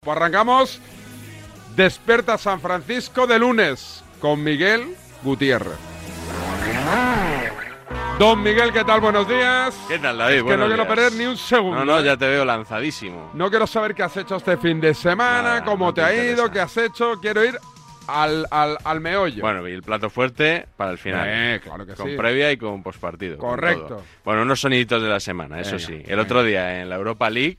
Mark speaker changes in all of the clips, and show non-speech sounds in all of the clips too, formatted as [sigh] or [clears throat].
Speaker 1: Pues Arrancamos. Desperta San Francisco de lunes con Miguel Gutiérrez. Don Miguel, ¿qué tal? Buenos días.
Speaker 2: ¿Qué tal, David?
Speaker 1: Es que no quiero perder ni un segundo. ¿eh?
Speaker 2: No, no, ya te veo lanzadísimo.
Speaker 1: No quiero saber qué has hecho este fin de semana,
Speaker 2: Nada,
Speaker 1: cómo
Speaker 2: no
Speaker 1: te,
Speaker 2: te
Speaker 1: ha ido,
Speaker 2: interesa.
Speaker 1: qué has hecho. Quiero ir al, al, al meollo.
Speaker 2: Bueno, y el plato fuerte para el final.
Speaker 1: Eh, claro que
Speaker 2: con
Speaker 1: sí.
Speaker 2: previa y con pospartido. con
Speaker 1: Correcto.
Speaker 2: todo. bueno, unos soniditos de la semana, eso
Speaker 1: Venga,
Speaker 2: sí. El
Speaker 1: venga.
Speaker 2: otro día en la Europa League,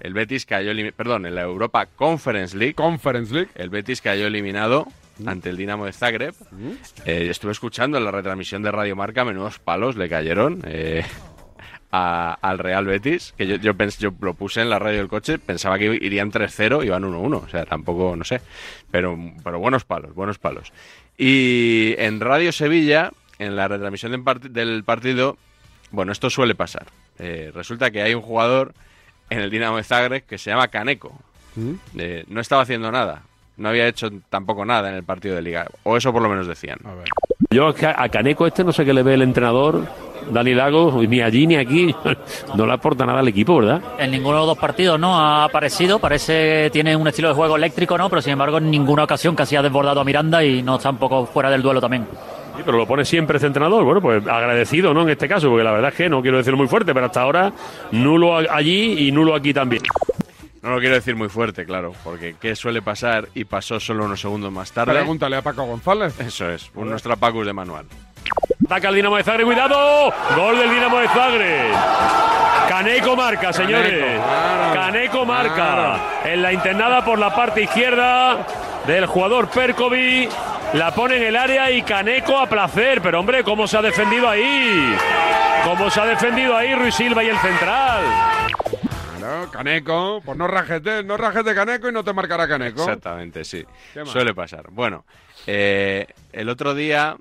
Speaker 2: el Betis cayó. elimi- Perdón, en la Europa Conference League,
Speaker 1: Conference League. Mm.
Speaker 2: el Betis cayó eliminado ante el Dinamo de Zagreb. Eh, estuve escuchando en la retransmisión de Radio Marca, menudos palos le cayeron. eh, a- al Real Betis, que yo, yo, pens- yo lo puse en la radio del coche, pensaba que irían 3-0 y van 1-1, o sea, tampoco, no sé, pero, pero buenos palos, buenos palos. Y en Radio Sevilla, en la retransmisión del, part- del partido, bueno, esto suele pasar. Eh, resulta que hay un jugador en el Dinamo de Zagreb que se llama Caneco, eh, no estaba haciendo nada. No había hecho tampoco nada en el partido de liga. O eso por lo menos decían.
Speaker 1: A ver.
Speaker 3: Yo es que a Caneco este no sé qué le ve el entrenador, Dani Lago, ni allí ni aquí. [laughs] No le aporta nada al equipo, ¿verdad?
Speaker 4: En ninguno de los dos partidos no ha aparecido, parece tiene un estilo de juego eléctrico, ¿no? Pero sin embargo en ninguna ocasión casi ha desbordado a Miranda y no está un poco fuera del duelo también.
Speaker 3: Sí, pero lo pone siempre ese entrenador. Bueno, pues agradecido, ¿no? En este caso, porque la verdad es que no quiero decirlo muy fuerte, pero hasta ahora nulo a- allí y nulo aquí también.
Speaker 2: No lo quiero decir muy fuerte, claro, porque ¿qué suele pasar? Y pasó solo unos segundos más tarde.
Speaker 1: Pregúntale a Paco González.
Speaker 2: Eso es, unos trapacus de manual.
Speaker 3: Ataca el Dinamo de Zagreb, cuidado. Gol del Dinamo de Zagreb. Caneco marca, señores.
Speaker 1: claro,
Speaker 3: Caneco marca. En la internada por la parte izquierda del jugador Perkovic. La pone en el área y Caneco a placer. Pero hombre, ¿cómo se ha defendido ahí? ¿Cómo se ha defendido ahí Ruiz Silva y el central?
Speaker 1: Claro, Caneco. Pues no rajes de, no rajes de Caneco y no te marcará Caneco.
Speaker 2: Exactamente, sí.
Speaker 1: ¿Qué más?
Speaker 2: Suele pasar. Bueno, eh, el otro día,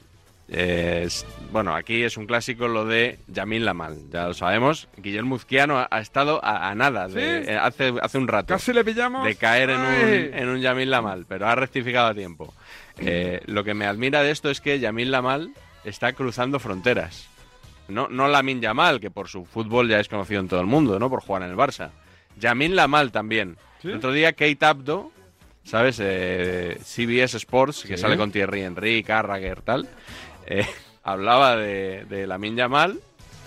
Speaker 2: eh, es- bueno, aquí es un clásico lo de Yamil Lamal, ya lo sabemos. Guillermo Muzquiano ha, ha estado a, a nada, de-
Speaker 1: ¿Sí?
Speaker 2: eh, hace, hace un rato.
Speaker 1: Casi le pillamos.
Speaker 2: de caer en
Speaker 1: Ay.
Speaker 2: un, en un Yamil Lamal, pero ha rectificado a tiempo. Eh, lo que me admira de esto es que Yamil Lamal está cruzando fronteras. No, no Lamin Yamal, que por su fútbol ya es conocido en todo el mundo, ¿no? Por jugar en el Barça. Yamil Lamal también.
Speaker 1: ¿Sí?
Speaker 2: El otro día Kate Abdo, ¿sabes? Eh, CBS Sports, que
Speaker 1: Sí.
Speaker 2: sale con Thierry Henry, Carragher, tal, eh, [laughs] hablaba de, de Lamin Yamal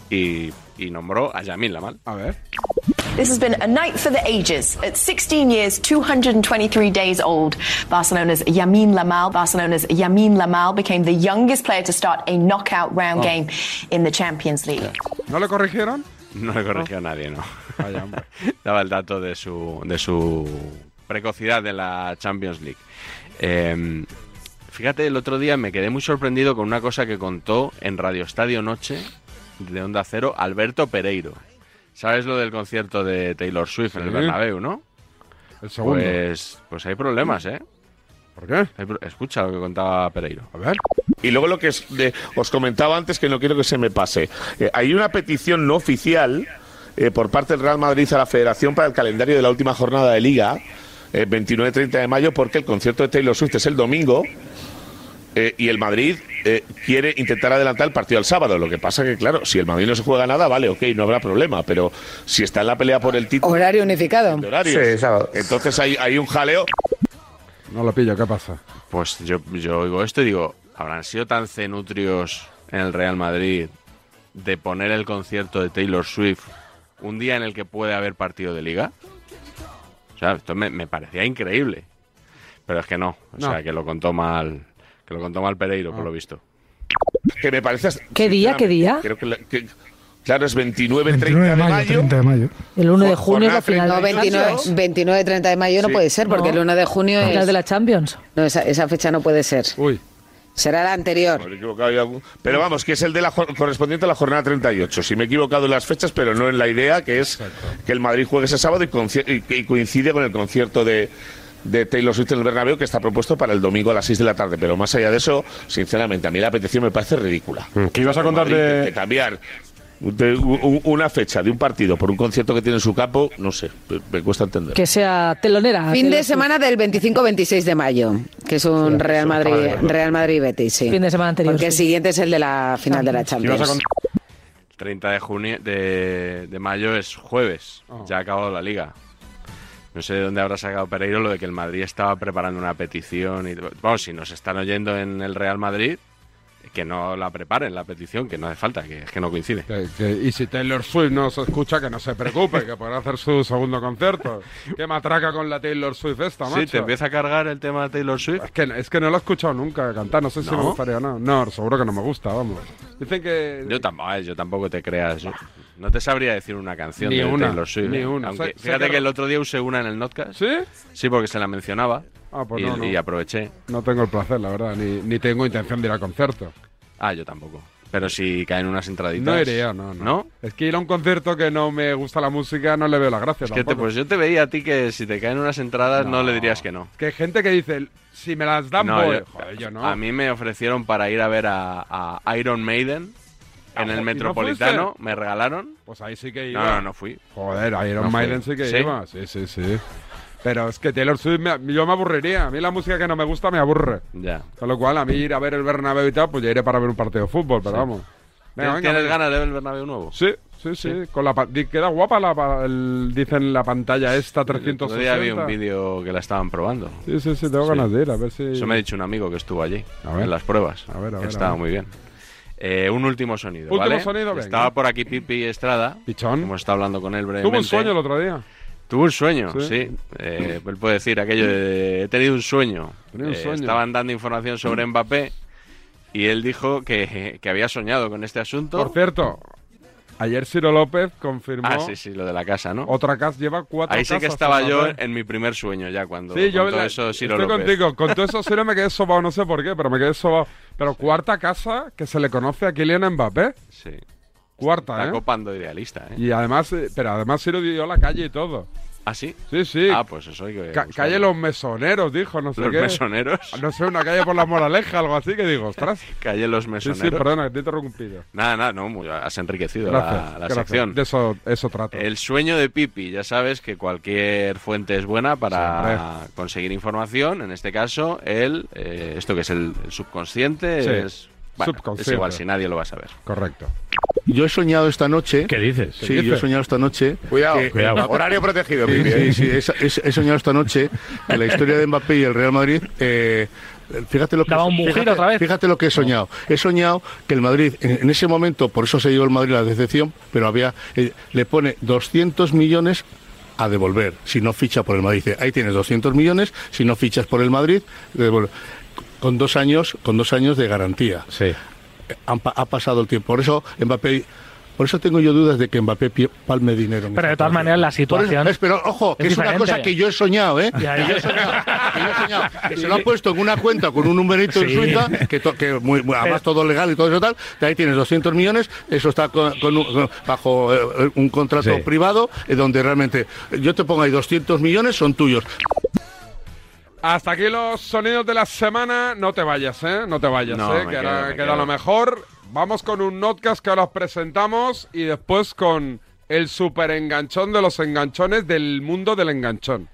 Speaker 2: y, y nombró a Yamil Lamal.
Speaker 1: A ver.
Speaker 5: This has been a night for the ages. At 16 years, 223 days old, Barcelona's Yamin Lamal, Barcelona's Yamin Lamal became the youngest player to start a knockout round game in the Champions League.
Speaker 1: ¿No le corrigieron?
Speaker 2: No le corrigió a nadie, no.
Speaker 1: Vaya, hombre.
Speaker 2: [laughs] daba el dato de su, de su precocidad en la Champions League. Eh, fíjate, el otro día me quedé muy sorprendido con una cosa que contó en Radio Estadio Noche de Onda Cero Alberto Pereiro. ¿Sabes lo del concierto de Taylor Swift en el
Speaker 1: Sí.
Speaker 2: Bernabéu, no?
Speaker 1: El segundo.
Speaker 2: Pues, pues hay problemas, ¿eh?
Speaker 1: ¿Por qué?
Speaker 2: Hay pro- Escucha lo que contaba Pereiro.
Speaker 1: A ver.
Speaker 6: Y luego lo que es de- os comentaba antes, que no quiero que se me pase. Eh, hay una petición no oficial eh, por parte del Real Madrid a la Federación para el calendario de la última jornada de Liga, eh, 29-30 de mayo, porque el concierto de Taylor Swift es el domingo eh, y el Madrid eh, quiere intentar adelantar el partido al sábado. Lo que pasa que, claro, si el Madrid no se juega nada, vale, ok, no habrá problema, pero si está en la pelea por el título
Speaker 7: Horario unificado.
Speaker 6: de horarios, entonces hay, hay un jaleo.
Speaker 1: No lo pillo, ¿qué pasa?
Speaker 2: Pues yo, yo oigo esto y digo, ¿habrán sido tan cenutrios en el Real Madrid de poner el concierto de Taylor Swift un día en el que puede haber partido de liga? O sea, esto me, me parecía increíble. Pero es que no, o
Speaker 1: No.
Speaker 2: sea, que lo contó mal, que lo contó mal Pereiro, por lo visto.
Speaker 6: que me parece... hasta-
Speaker 8: Ah. ¿Qué día, qué día?
Speaker 6: Creo que, la- que- claro, es 29,
Speaker 9: 29
Speaker 6: 30
Speaker 9: de mayo, 30 de mayo.
Speaker 8: El 1 de
Speaker 6: Jo-
Speaker 8: junio es la
Speaker 6: jornada
Speaker 8: final,
Speaker 6: No,
Speaker 7: No,
Speaker 8: de-
Speaker 7: 29, 29, 30 de mayo no
Speaker 6: Sí.
Speaker 7: puede ser, porque
Speaker 8: No.
Speaker 7: el 1 de junio
Speaker 8: la final
Speaker 7: es...
Speaker 8: de la Champions.
Speaker 7: No, esa, esa fecha no puede ser.
Speaker 1: Uy.
Speaker 7: Será la
Speaker 6: Me
Speaker 7: anterior.
Speaker 6: habré equivocado yo algún- Pero vamos, que es el de la jor- correspondiente a la jornada 38. Si me he equivocado en las fechas, pero no en la idea, que es que el Madrid juegue ese sábado y, conci- y que- y coincide con el concierto de, de Taylor Swift en el Bernabéu, que está propuesto para el domingo a las 6 de la tarde. Pero más allá de eso, sinceramente, a mí la petición me parece ridícula.
Speaker 9: Mm, ¿Qué ibas a contar
Speaker 6: Madrid, que- que
Speaker 9: de...?
Speaker 6: cambiar de u- u- una fecha de un partido por un concierto que tiene en su campo, no sé, me- me cuesta entender.
Speaker 8: Que sea telonera.
Speaker 7: Fin de
Speaker 8: Taylor Swift.
Speaker 7: semana del 25-26 de mayo, que es un Real Madrid Real Madrid Betis, sí.
Speaker 8: Fin de semana anterior,
Speaker 7: Porque el
Speaker 8: sí.
Speaker 7: siguiente es el de la final de la
Speaker 9: ¿Qué ibas a
Speaker 7: Champions.
Speaker 9: contar?
Speaker 2: El
Speaker 1: Oh.
Speaker 2: 30 de junio de, de mayo es jueves, ya ha acabado la liga. No sé de dónde habrá sacado Pereiro lo de que el Madrid estaba preparando una petición. Y, vamos, si nos están oyendo en el Real Madrid, que no la preparen la petición, que no hace falta, que es que no coincide.
Speaker 1: Que- que- y si Taylor Swift no se escucha, que no se preocupe, que podrá hacer su
Speaker 10: [laughs]
Speaker 1: segundo concierto. Qué matraca con la Taylor Swift esta, macho.
Speaker 2: Sí, te empieza a cargar el tema de Taylor Swift.
Speaker 1: Es que, es que no lo he escuchado nunca cantar, no sé si
Speaker 2: ¿No?
Speaker 1: me gustaría o no. No, seguro que no me gusta, vamos. Dicen que...
Speaker 2: Yo tampoco, yo tampoco te creas. yo- no te sabría decir una canción
Speaker 1: Ni
Speaker 2: de
Speaker 1: una,
Speaker 2: Taylor Swift.
Speaker 1: ni
Speaker 2: eh.
Speaker 1: una.
Speaker 2: Aunque
Speaker 1: Sé- sé
Speaker 2: fíjate
Speaker 1: que-
Speaker 2: que el otro día usé una en el Notcast.
Speaker 1: ¿Sí?
Speaker 2: Sí, porque se la mencionaba.
Speaker 1: Ah, pues
Speaker 2: y,
Speaker 1: no, no.
Speaker 2: y aproveché.
Speaker 1: No tengo el placer, la verdad, ni, ni tengo intención de ir al concierto.
Speaker 2: Ah, yo tampoco. Pero si caen unas entraditas.
Speaker 1: No iría, no, no, Es que ir a un concierto que no me gusta la música no le veo la gracia
Speaker 2: Es que te-
Speaker 1: tampoco.
Speaker 2: pues yo te veía a ti que si te caen unas entradas no,
Speaker 1: No.
Speaker 2: le dirías que no.
Speaker 1: Que hay gente que dice, si me las dan,
Speaker 2: No,
Speaker 1: voy.
Speaker 2: yo-
Speaker 1: Joder, yo no.
Speaker 2: A mí me ofrecieron para ir a ver a, a Iron Maiden en
Speaker 1: Ah, ¿y
Speaker 2: el
Speaker 1: no
Speaker 2: Metropolitano. me regalaron.
Speaker 1: Pues ahí sí que iba.
Speaker 2: No, no, no fui.
Speaker 1: Joder, Iron
Speaker 2: No fui.
Speaker 1: Maiden sí que
Speaker 2: ¿Sí?
Speaker 1: iba. Sí, sí, sí. Pero es que Taylor Swift, me- yo me aburriría. A mí la música que no me gusta me aburre.
Speaker 2: Ya.
Speaker 1: Con lo cual, a mí ir a ver el Bernabéu y tal, pues ya iré para ver un partido de fútbol, pero
Speaker 2: Sí.
Speaker 1: vamos. Venga, venga,
Speaker 2: ¿Tienes
Speaker 1: venga.
Speaker 2: ganas de ver el Bernabéu nuevo?
Speaker 1: Sí, sí, sí. Con la pa- di- queda guapa la pa- el- dicen la pantalla esta
Speaker 2: El otro día vi un
Speaker 1: 360.
Speaker 2: vídeo que la estaban probando.
Speaker 1: Sí, sí, sí, tengo ganas de ir, a ver si...
Speaker 2: Eso me ha dicho un amigo que estuvo allí,
Speaker 1: A ver.
Speaker 2: en las pruebas.
Speaker 1: A ver, a ver,
Speaker 2: Estaba
Speaker 1: a ver.
Speaker 2: muy bien. Eh, un último sonido,
Speaker 1: Último
Speaker 2: ¿vale?
Speaker 1: sonido, venga.
Speaker 2: Estaba por aquí Pipi Estrada.
Speaker 1: Pichón.
Speaker 2: Hemos estado hablando con él brevemente.
Speaker 1: Tuve un sueño el otro día.
Speaker 2: Tuvo un sueño,
Speaker 1: Sí.
Speaker 2: sí. Eh, él puede decir aquello de he tenido un sueño.
Speaker 1: He tenido un
Speaker 2: Eh,
Speaker 1: sueño. Mm.
Speaker 2: Estaban dando información sobre Mbappé y él dijo que, que había soñado con este asunto.
Speaker 1: Por cierto, ayer Ciro López confirmó
Speaker 2: ah, sí, sí, lo de la casa, ¿no?
Speaker 1: otra casa, lleva cuatro
Speaker 2: Ahí sí que
Speaker 1: casas
Speaker 2: estaba
Speaker 1: sin
Speaker 2: yo
Speaker 1: barrer.
Speaker 2: en mi primer sueño ya cuando
Speaker 1: Sí, yo
Speaker 2: contó
Speaker 1: la-
Speaker 2: eso Siro
Speaker 1: estoy
Speaker 2: López.
Speaker 1: contigo.
Speaker 2: [laughs]
Speaker 1: Con todo eso Ciro me quedé sobado, no sé por qué, pero me quedé sobado. Pero cuarta casa que se le conoce a Kylian Mbappé.
Speaker 2: Sí.
Speaker 1: Cuarta,
Speaker 2: Está
Speaker 1: ¿eh?
Speaker 2: copando idealista, ¿eh?
Speaker 1: Y además, eh, pero además Ciro dio la calle y todo.
Speaker 2: ¿Ah, sí?
Speaker 1: Sí, sí.
Speaker 2: Ah, pues eso hay que
Speaker 1: Ca-
Speaker 2: buscarlo.
Speaker 1: calle Los Mesoneros, dijo, no sé
Speaker 2: Los
Speaker 1: qué.
Speaker 2: mesoneros.
Speaker 1: No sé, una calle por la Moraleja, algo así, que
Speaker 2: [laughs]
Speaker 1: digo, ostras.
Speaker 2: Calle los
Speaker 1: Sí,
Speaker 2: mesoneros.
Speaker 1: sí, perdona, que te he interrumpido.
Speaker 2: Nada, nada, no, muy- has enriquecido la-
Speaker 1: Gracias,
Speaker 2: la,
Speaker 1: gracias.
Speaker 2: sección.
Speaker 1: De eso, eso trato.
Speaker 2: El sueño de Pipi, ya sabes que cualquier fuente es buena para conseguir información. En este caso, el eh, esto que es el, el subconsciente
Speaker 1: Sí,
Speaker 2: es bueno,
Speaker 1: subconsciente.
Speaker 2: es igual si nadie lo va a saber.
Speaker 1: Correcto.
Speaker 11: Yo he soñado esta noche.
Speaker 9: ¿Qué dices?
Speaker 11: Sí, yo he soñado esta noche.
Speaker 12: Cuidado,
Speaker 11: que-
Speaker 9: cuidado.
Speaker 12: Horario protegido,
Speaker 11: Sí,
Speaker 12: Pipi. ¿eh?
Speaker 11: sí, sí, he, he- he soñado esta noche que la historia de Mbappé y el Real Madrid. eh, fíjate lo que
Speaker 9: Daba un bujiro
Speaker 11: fíjate-
Speaker 9: otra vez.
Speaker 11: Fíjate lo que he soñado. He soñado que el Madrid, en, en ese momento, por eso se llevó el Madrid la decepción, pero había eh, le pone 200 millones a devolver si no ficha por el Madrid. Dice, ahí tienes 200 millones, si no fichas por el Madrid, devuelve". con dos años, con dos años de garantía
Speaker 9: Sí.
Speaker 11: han pa- ha pasado el tiempo. Por eso Mbappé, por eso tengo yo dudas de que Mbappé pie- palme dinero. en
Speaker 9: Pero de
Speaker 11: esta
Speaker 9: todas
Speaker 11: tarde.
Speaker 9: maneras, la
Speaker 11: Por eso-
Speaker 9: situación.
Speaker 11: es, pero ojo, que
Speaker 9: es
Speaker 11: es, una
Speaker 9: diferente.
Speaker 11: cosa que yo he soñado, ¿eh?
Speaker 9: Ya, ya.
Speaker 11: Que yo he soñado, que yo he
Speaker 9: [laughs]
Speaker 11: soñado. Que se lo han puesto en una cuenta con un numerito
Speaker 9: Sí.
Speaker 11: en Suiza, que, to- que
Speaker 9: [laughs]
Speaker 11: muy, muy- además todo legal y todo eso tal. De ahí tienes 200 millones, eso está con, con un- con- bajo eh, un contrato
Speaker 9: Sí.
Speaker 11: privado, eh, donde realmente yo te pongo ahí 200 millones, son tuyos.
Speaker 1: Hasta aquí los sonidos de la semana. No te vayas, ¿eh? No te vayas,
Speaker 2: No,
Speaker 1: ¿eh?
Speaker 2: me
Speaker 1: Que
Speaker 2: quedo,
Speaker 1: ahora
Speaker 2: me
Speaker 1: queda
Speaker 2: quedo.
Speaker 1: lo mejor. Vamos con un notcast que ahora os presentamos y después con el super enganchón de los enganchones del mundo del enganchón.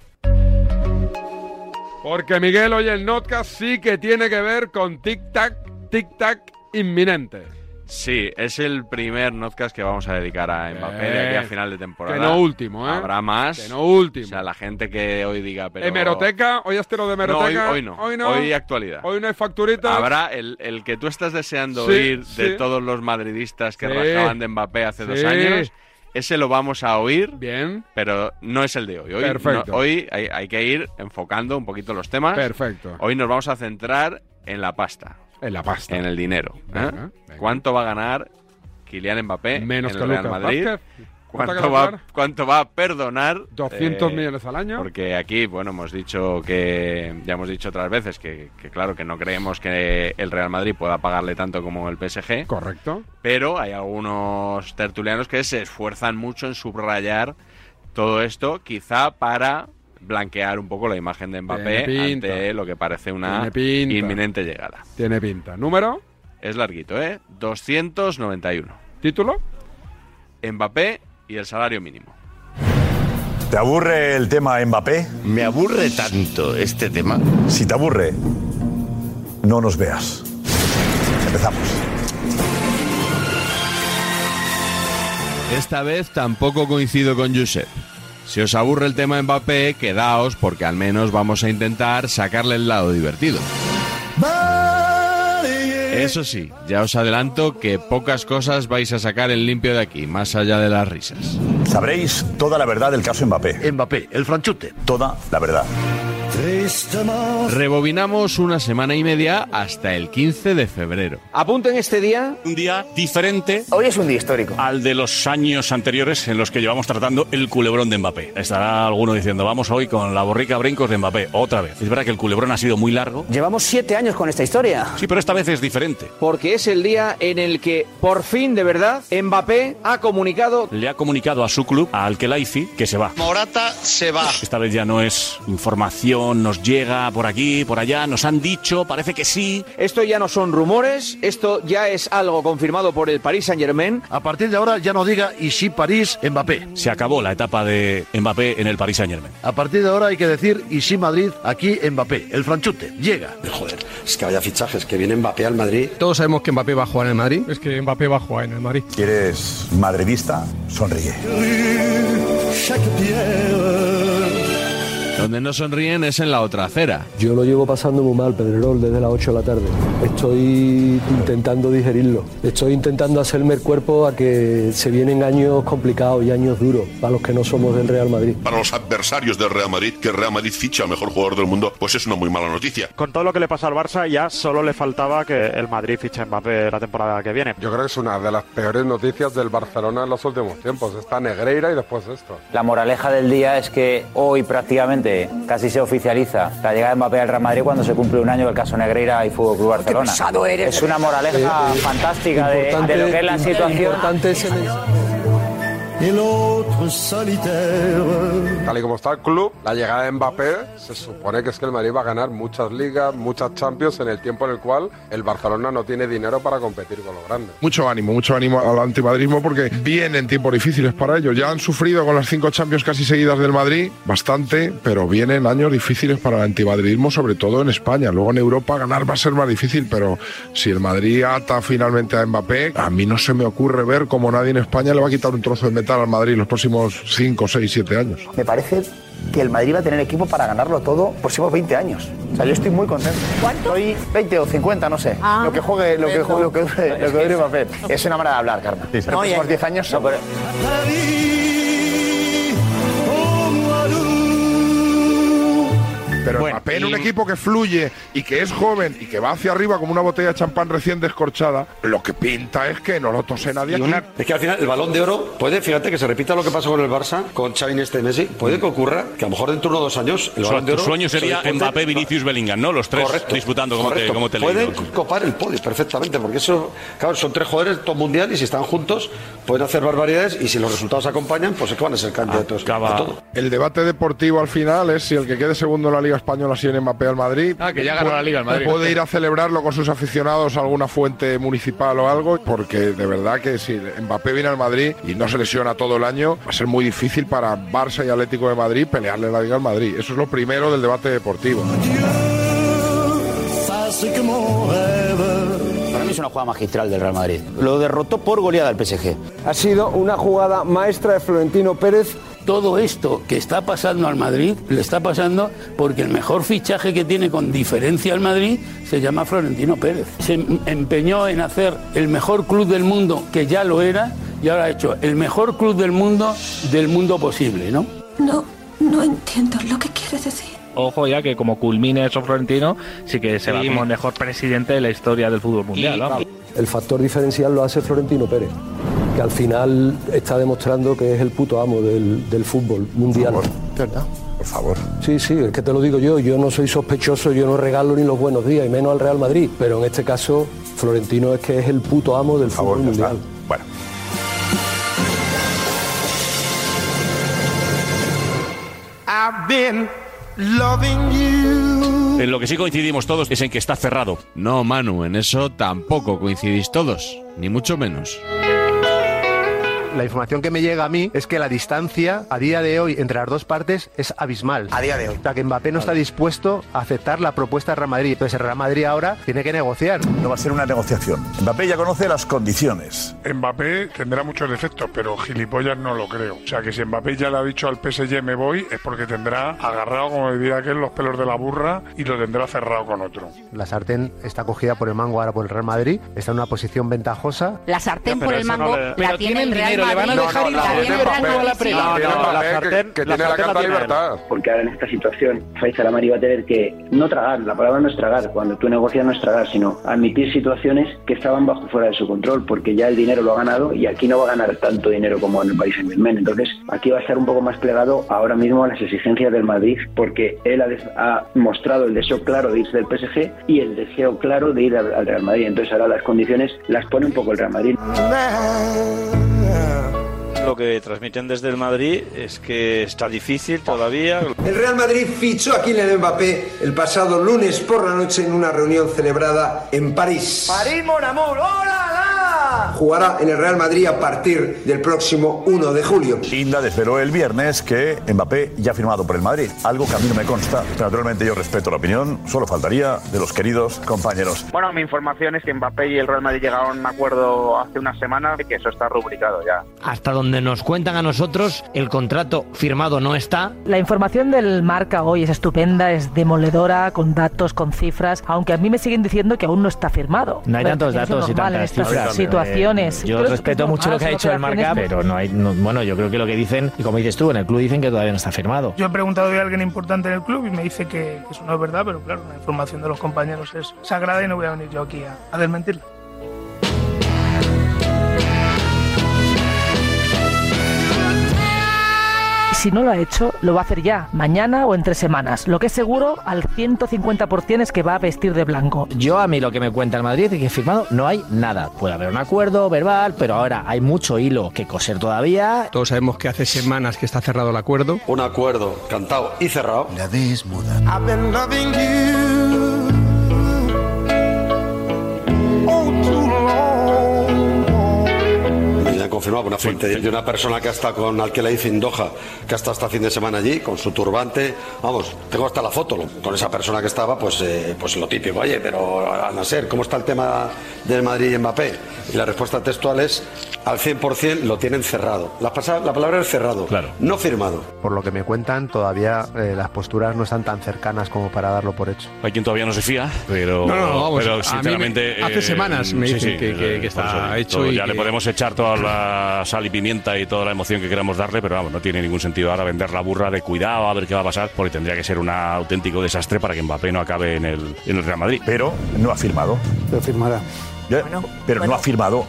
Speaker 1: Porque Miguel, hoy el notcast sí que tiene que ver con tic-tac, tic-tac inminente.
Speaker 2: Sí, es el primer podcast que vamos a dedicar a Mbappé de aquí a
Speaker 1: Eh,
Speaker 2: final de temporada.
Speaker 1: que no último, ¿eh?
Speaker 2: Habrá más.
Speaker 1: Que no último.
Speaker 2: O sea, la gente que hoy diga, pero
Speaker 1: Hemeroteca, hoy has tirado de hemeroteca.
Speaker 2: No, hoy- hoy no. Hoy actualidad.
Speaker 1: Hoy no hay facturitas.
Speaker 2: Habrá eh, el, el que tú estás deseando
Speaker 1: Sí,
Speaker 2: oír de
Speaker 1: sí.
Speaker 2: todos los madridistas que
Speaker 1: Sí.
Speaker 2: rajaban de Mbappé hace dos
Speaker 1: Sí.
Speaker 2: años. Ese lo vamos a oír,
Speaker 1: Bien,
Speaker 2: pero no es el de hoy. Hoy,
Speaker 1: Perfecto.
Speaker 2: no- hoy hay, hay que ir enfocando un poquito los temas.
Speaker 1: perfecto.
Speaker 2: Hoy nos vamos a centrar en la pasta,
Speaker 1: En la pasta.
Speaker 2: en el dinero. ¿eh?
Speaker 1: Venga, venga.
Speaker 2: ¿Cuánto va a ganar Kylian Mbappé
Speaker 1: Menos
Speaker 2: en
Speaker 1: que
Speaker 2: el Real
Speaker 1: Lucas
Speaker 2: Madrid?
Speaker 1: Vázquez. ¿Cuánto
Speaker 2: ¿Cuánto
Speaker 1: va a
Speaker 2: va,
Speaker 1: ganar?
Speaker 2: ¿Cuánto va a perdonar?
Speaker 1: 200
Speaker 2: eh,
Speaker 1: millones al año.
Speaker 2: Porque aquí, bueno, hemos dicho que, ya hemos dicho otras veces que, que claro, que no creemos que el Real Madrid pueda pagarle tanto como el PSG,
Speaker 1: Correcto.
Speaker 2: pero hay algunos tertulianos que se esfuerzan mucho en subrayar todo esto, quizá para blanquear un poco la imagen de Mbappé
Speaker 1: Tiene pinta.
Speaker 2: ante lo que parece una
Speaker 1: Tiene pinta.
Speaker 2: inminente llegada.
Speaker 1: Tiene pinta. Número,
Speaker 2: Es larguito, ¿eh? 291.
Speaker 1: título.
Speaker 2: Mbappé y el salario mínimo.
Speaker 13: ¿Te aburre el tema Mbappé?
Speaker 14: Me aburre tanto este tema.
Speaker 13: Si te aburre, no nos veas. Empezamos.
Speaker 2: Esta vez tampoco coincido con Josep. Si os aburre el tema Mbappé, quedaos porque al menos vamos a intentar sacarle el lado divertido.
Speaker 15: Eh.
Speaker 2: Eso sí, ya os adelanto que pocas cosas vais a sacar en limpio de aquí, más allá de las risas.
Speaker 13: Sabréis toda la verdad del caso Mbappé.
Speaker 15: Mbappé, el franchute.
Speaker 13: Toda la verdad.
Speaker 2: Rebobinamos una semana y media hasta el 15 de febrero.
Speaker 15: Ah,
Speaker 9: Apunten este día.
Speaker 16: Un día diferente.
Speaker 9: Hoy es un día histórico.
Speaker 16: Al de los años anteriores en los que llevamos tratando el culebrón de Mbappé. Estará alguno diciendo, vamos hoy con la borrica brincos de Mbappé. Otra vez. Es verdad que el culebrón ha sido muy largo.
Speaker 9: Llevamos siete años con esta historia.
Speaker 16: Sí, pero esta vez es diferente.
Speaker 9: Porque es el día en el que, por fin de verdad, Mbappé ha comunicado.
Speaker 16: Le ha comunicado a su club, a al Khelaifi, que se va.
Speaker 9: Morata se va.
Speaker 16: Esta vez ya no es información nos llega por aquí, por allá, nos han dicho, parece que sí.
Speaker 9: Esto ya no son rumores, esto ya es algo confirmado por el Paris Saint Germain.
Speaker 15: A partir de ahora ya no diga y sí París, Mbappé.
Speaker 16: Se acabó la etapa de Mbappé en el Paris Saint Germain.
Speaker 15: A partir de ahora hay que decir y sí Madrid, aquí Mbappé, el franchute, llega.
Speaker 17: Joder, es que vaya fichajes, que viene Mbappé al Madrid.
Speaker 18: Todos sabemos que Mbappé va a jugar en el Madrid.
Speaker 19: Es que Mbappé va a jugar en el Madrid.
Speaker 13: Si eres madridista, sonríe.
Speaker 15: pues.
Speaker 2: Donde no sonríen es en la otra acera.
Speaker 20: Yo lo llevo pasando muy mal, Pedrerol, desde las 8 de la tarde. Estoy intentando digerirlo. Estoy intentando hacerme el cuerpo a que se vienen años complicados y años duros para los que no somos del Real Madrid.
Speaker 21: Para los adversarios del Real Madrid, que el Real Madrid ficha al mejor jugador del mundo, pues es una muy mala noticia.
Speaker 22: Con todo lo que le pasa al Barça, ya solo le faltaba que el Madrid fiche a Mbappé la temporada que viene.
Speaker 19: Yo creo que es una de las peores noticias del Barcelona en los últimos tiempos. Está Pues Negreira y después esto.
Speaker 23: La moraleja del día es que hoy prácticamente casi se oficializa la llegada de Mbappé al Real Madrid cuando se cumple un año del caso Negreira y Fútbol Club Barcelona. Es una moraleja eh, fantástica de, de, lo que es la situación.
Speaker 19: Tal y como está el club, la llegada de Mbappé se supone que es que el Madrid va a ganar muchas ligas, muchas Champions en el tiempo en el cual el Barcelona no tiene dinero para competir con los grandes.
Speaker 10: Mucho ánimo, mucho ánimo al antimadrismo porque vienen tiempos difíciles para ellos. Ya han sufrido con las cinco Champions casi seguidas del Madrid, bastante, pero vienen años difíciles para el antimadridismo, sobre todo en España. Luego en Europa ganar va a ser más difícil, pero si el Madrid ata finalmente a Mbappé, a mí no se me ocurre ver cómo nadie en España le va a quitar un trozo de metal al Madrid los próximos 5, 6, 7 años.
Speaker 24: Me parece que el Madrid va a tener equipo para ganarlo todo los próximos 20 años. O sea, yo estoy muy contento.
Speaker 4: ¿Cuánto?
Speaker 24: Estoy 20 o 50, no sé. Ah, lo que juegue, lo que juegue, lo que dure, lo que dure papel. Es una manera de hablar, Carmen. Sí, sí. Los próximos no, 10 años no, pero...
Speaker 10: Pero bueno, Mbappé en un y... equipo que fluye y que es joven y que va hacia arriba como una botella de champán recién descorchada, lo que pinta es que no lo tose nadie. Una...
Speaker 17: Es que al final el balón de oro puede, fíjate que se repita lo que pasó con el Barça, con Xavi en este Messi, puede que ocurra que a lo mejor dentro de dos años el
Speaker 16: o sea,
Speaker 17: balón de oro.
Speaker 16: Tu sueño sería se Mbappé, Vinicius, Bellingham, ¿no? Los tres correcto, disputando como correcto. te, como te
Speaker 17: Pueden copar el podio perfectamente, porque eso, claro, son tres jugadores top mundial y si están juntos pueden hacer barbaridades y si los resultados acompañan, pues es que van a ser candidatos.
Speaker 16: Acaba...
Speaker 10: De todo. El debate deportivo al final es si el que quede segundo en la Liga Española si en Mbappé al Madrid.
Speaker 18: Ah, que ya ganó
Speaker 10: puede,
Speaker 18: la Liga al Madrid.
Speaker 10: Puede ir a celebrarlo con sus aficionados a alguna fuente municipal o algo, porque de verdad que si Mbappé viene al Madrid y no se lesiona todo el año, va a ser muy difícil para Barça y Atlético de Madrid pelearle la Liga al Madrid. Eso es lo primero del debate deportivo.
Speaker 24: Para mí es una jugada magistral del Real Madrid. Lo derrotó por goleada al PSG.
Speaker 25: Ha sido una jugada maestra de Florentino Pérez
Speaker 26: todo esto que está pasando al Madrid le está pasando porque el mejor fichaje que tiene con diferencia al Madrid se llama Florentino Pérez. Se empeñó en hacer el mejor club del mundo, que ya lo era, y ahora ha hecho el mejor club del mundo del mundo posible, ¿no?
Speaker 27: No, no entiendo lo que quieres decir
Speaker 1: ojo ya que como culmine eso Florentino, sí que se va como el mejor presidente de la historia del fútbol mundial. ¿no?
Speaker 20: El factor diferencial lo hace Florentino Pérez, que al final está demostrando que es el puto amo del, del fútbol mundial.
Speaker 10: Por favor, ¿verdad? Por favor.
Speaker 20: Sí, sí, es que te lo digo yo, yo no soy sospechoso, yo no regalo ni los buenos días, y menos al Real Madrid, pero en este caso Florentino es que es el puto amo del favor, fútbol mundial. Está.
Speaker 10: Bueno.
Speaker 16: I've been You. En lo que sí coincidimos todos es en que está cerrado.
Speaker 2: No, Manu, en eso tampoco coincidís todos, ni mucho menos.
Speaker 28: La información que me llega a mí es que la distancia a día de hoy entre las dos partes es abismal.
Speaker 24: A día de hoy.
Speaker 28: O sea, que Mbappé no está dispuesto a aceptar la propuesta de Real Madrid. Entonces, el Real Madrid ahora tiene que negociar.
Speaker 13: No va a ser una negociación, Mbappé ya conoce las condiciones.
Speaker 29: Mbappé tendrá muchos defectos, pero gilipollas no lo creo. O sea, que si Mbappé ya le ha dicho al PSG me voy, es porque tendrá agarrado, como diría aquel, los pelos de la burra y lo tendrá cerrado con otro.
Speaker 28: La sartén está cogida por el mango ahora por el Real Madrid, está en una posición ventajosa.
Speaker 30: La sartén
Speaker 28: Ya,
Speaker 30: por
Speaker 28: pero
Speaker 30: el
Speaker 28: eso no
Speaker 30: mango
Speaker 28: le-
Speaker 30: la
Speaker 28: Pero
Speaker 30: tiene el
Speaker 28: tienen
Speaker 30: Real
Speaker 28: dinero, le van a
Speaker 30: Madrid.
Speaker 28: dejar No, no, ir la
Speaker 30: la
Speaker 28: tiene
Speaker 30: tiene el Real
Speaker 28: Mbappé,
Speaker 30: Madrid.
Speaker 28: sí, No,
Speaker 30: Tiene
Speaker 28: no,
Speaker 30: Mbappé.
Speaker 29: la sartén- que tiene la
Speaker 5: sartén
Speaker 29: carta
Speaker 5: tiene
Speaker 29: libertad.
Speaker 5: él. Porque ahora en esta situación, Faisal Amari va a tener que no tragar, la palabra no es tragar, cuando tú negocias no es tragar, sino admitir situaciones que estaban bajo fuera de su control, porque ya el dinero lo ha ganado y aquí no va a ganar tanto dinero como en el país en Germain. Entonces, aquí va a estar un poco más plegado ahora mismo a las exigencias del Madrid, porque él ha, des- ha mostrado el deseo claro de irse del PSG y el deseo claro de ir al, al Real Madrid. Entonces, ahora las condiciones las pone un poco el Real Madrid.
Speaker 6: Lo que transmiten desde el Madrid es que está difícil todavía.
Speaker 31: El Real Madrid fichó a Kylian Mbappé el pasado lunes por la noche en una reunión celebrada en París.
Speaker 32: París, mon amour, hola,
Speaker 31: Jugará en el Real Madrid a partir del próximo 1 de julio.
Speaker 13: Inda desveló el viernes que Mbappé ya ha firmado por el Madrid, algo que a mí no me consta. Naturalmente yo respeto la opinión, solo faltaría de los queridos compañeros.
Speaker 11: Bueno, mi información es que Mbappé y el Real Madrid llegaron a un acuerdo hace una semana de que eso está rubricado ya.
Speaker 4: Hasta donde nos cuentan a nosotros, el contrato firmado no está.
Speaker 8: La información del marca hoy es estupenda, es demoledora, con datos, con cifras, aunque a mí me siguen diciendo que aún no está firmado. No hay Pero tantos eso es datos y normal tantas en estas cifras. situaciones. Eh, yo Pero es respeto normal, mucho lo que ha son dicho el marca, operaciones- pero no hay. no- bueno, yo creo que lo que dicen, y como dices tú, en el club dicen que todavía no está firmado.
Speaker 33: Yo he preguntado de alguien importante en el club y me dice que eso no es verdad, Ah, pero claro, la información de los compañeros es sagrada y no voy a venir yo aquí a, a desmentirla.
Speaker 8: Si no lo ha hecho, lo va a hacer ya, mañana o en tres semanas. Lo que es seguro al 150% es que va a vestir de blanco.
Speaker 4: Yo a mí lo que me cuenta el Madrid es que firmado no hay nada. Puede haber un acuerdo verbal, pero ahora hay mucho hilo que coser todavía.
Speaker 13: Todos sabemos que hace semanas que está cerrado el acuerdo.
Speaker 17: Un acuerdo cantado y cerrado.
Speaker 13: La desmuda.
Speaker 31: I've been loving you.
Speaker 11: Oh, too
Speaker 17: Me han Pues confirmado por una fuente de una persona que está con Alquelaif en Doha, que ha estado hasta fin de semana allí, con su turbante. Vamos, tengo hasta la foto lo- con esa persona que estaba, pues, eh, pues lo típico, oye, pero al nacer, ¿cómo está el tema del Madrid y Mbappé? Y la respuesta textual es, al 100% lo tienen cerrado. La, pasa- la palabra es cerrado, no firmado.
Speaker 28: Por lo que me cuentan, todavía eh, las posturas no están tan cercanas como para darlo por hecho.
Speaker 16: Hay quien todavía no se fía, pero,
Speaker 28: No, no, vamos,
Speaker 16: pero
Speaker 28: a mí
Speaker 16: sinceramente. eh,
Speaker 28: me- hace semanas me dicen que- que- que
Speaker 16: por
Speaker 28: está
Speaker 16: todo.
Speaker 28: hecho y
Speaker 16: Ya
Speaker 28: que-
Speaker 16: le podemos echar toda la sal y pimienta y toda la emoción que queramos darle, pero vamos, no tiene ningún sentido ahora vender la burra de cuidado a ver qué va a pasar, porque tendría que ser un auténtico desastre para que Mbappé no acabe en el, en el Real Madrid.
Speaker 13: Pero no ha firmado.
Speaker 28: Lo firmará.
Speaker 13: Ya, pero no ha firmado.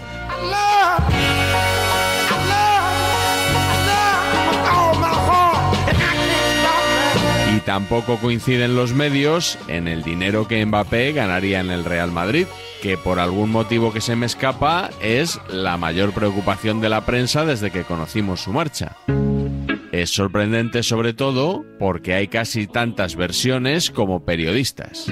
Speaker 2: Y tampoco coinciden los medios en el dinero que Mbappé ganaría en el Real Madrid, que por algún motivo que se me escapa es la mayor preocupación de la prensa desde que conocimos su marcha. Es sorprendente sobre todo porque hay casi tantas versiones como periodistas.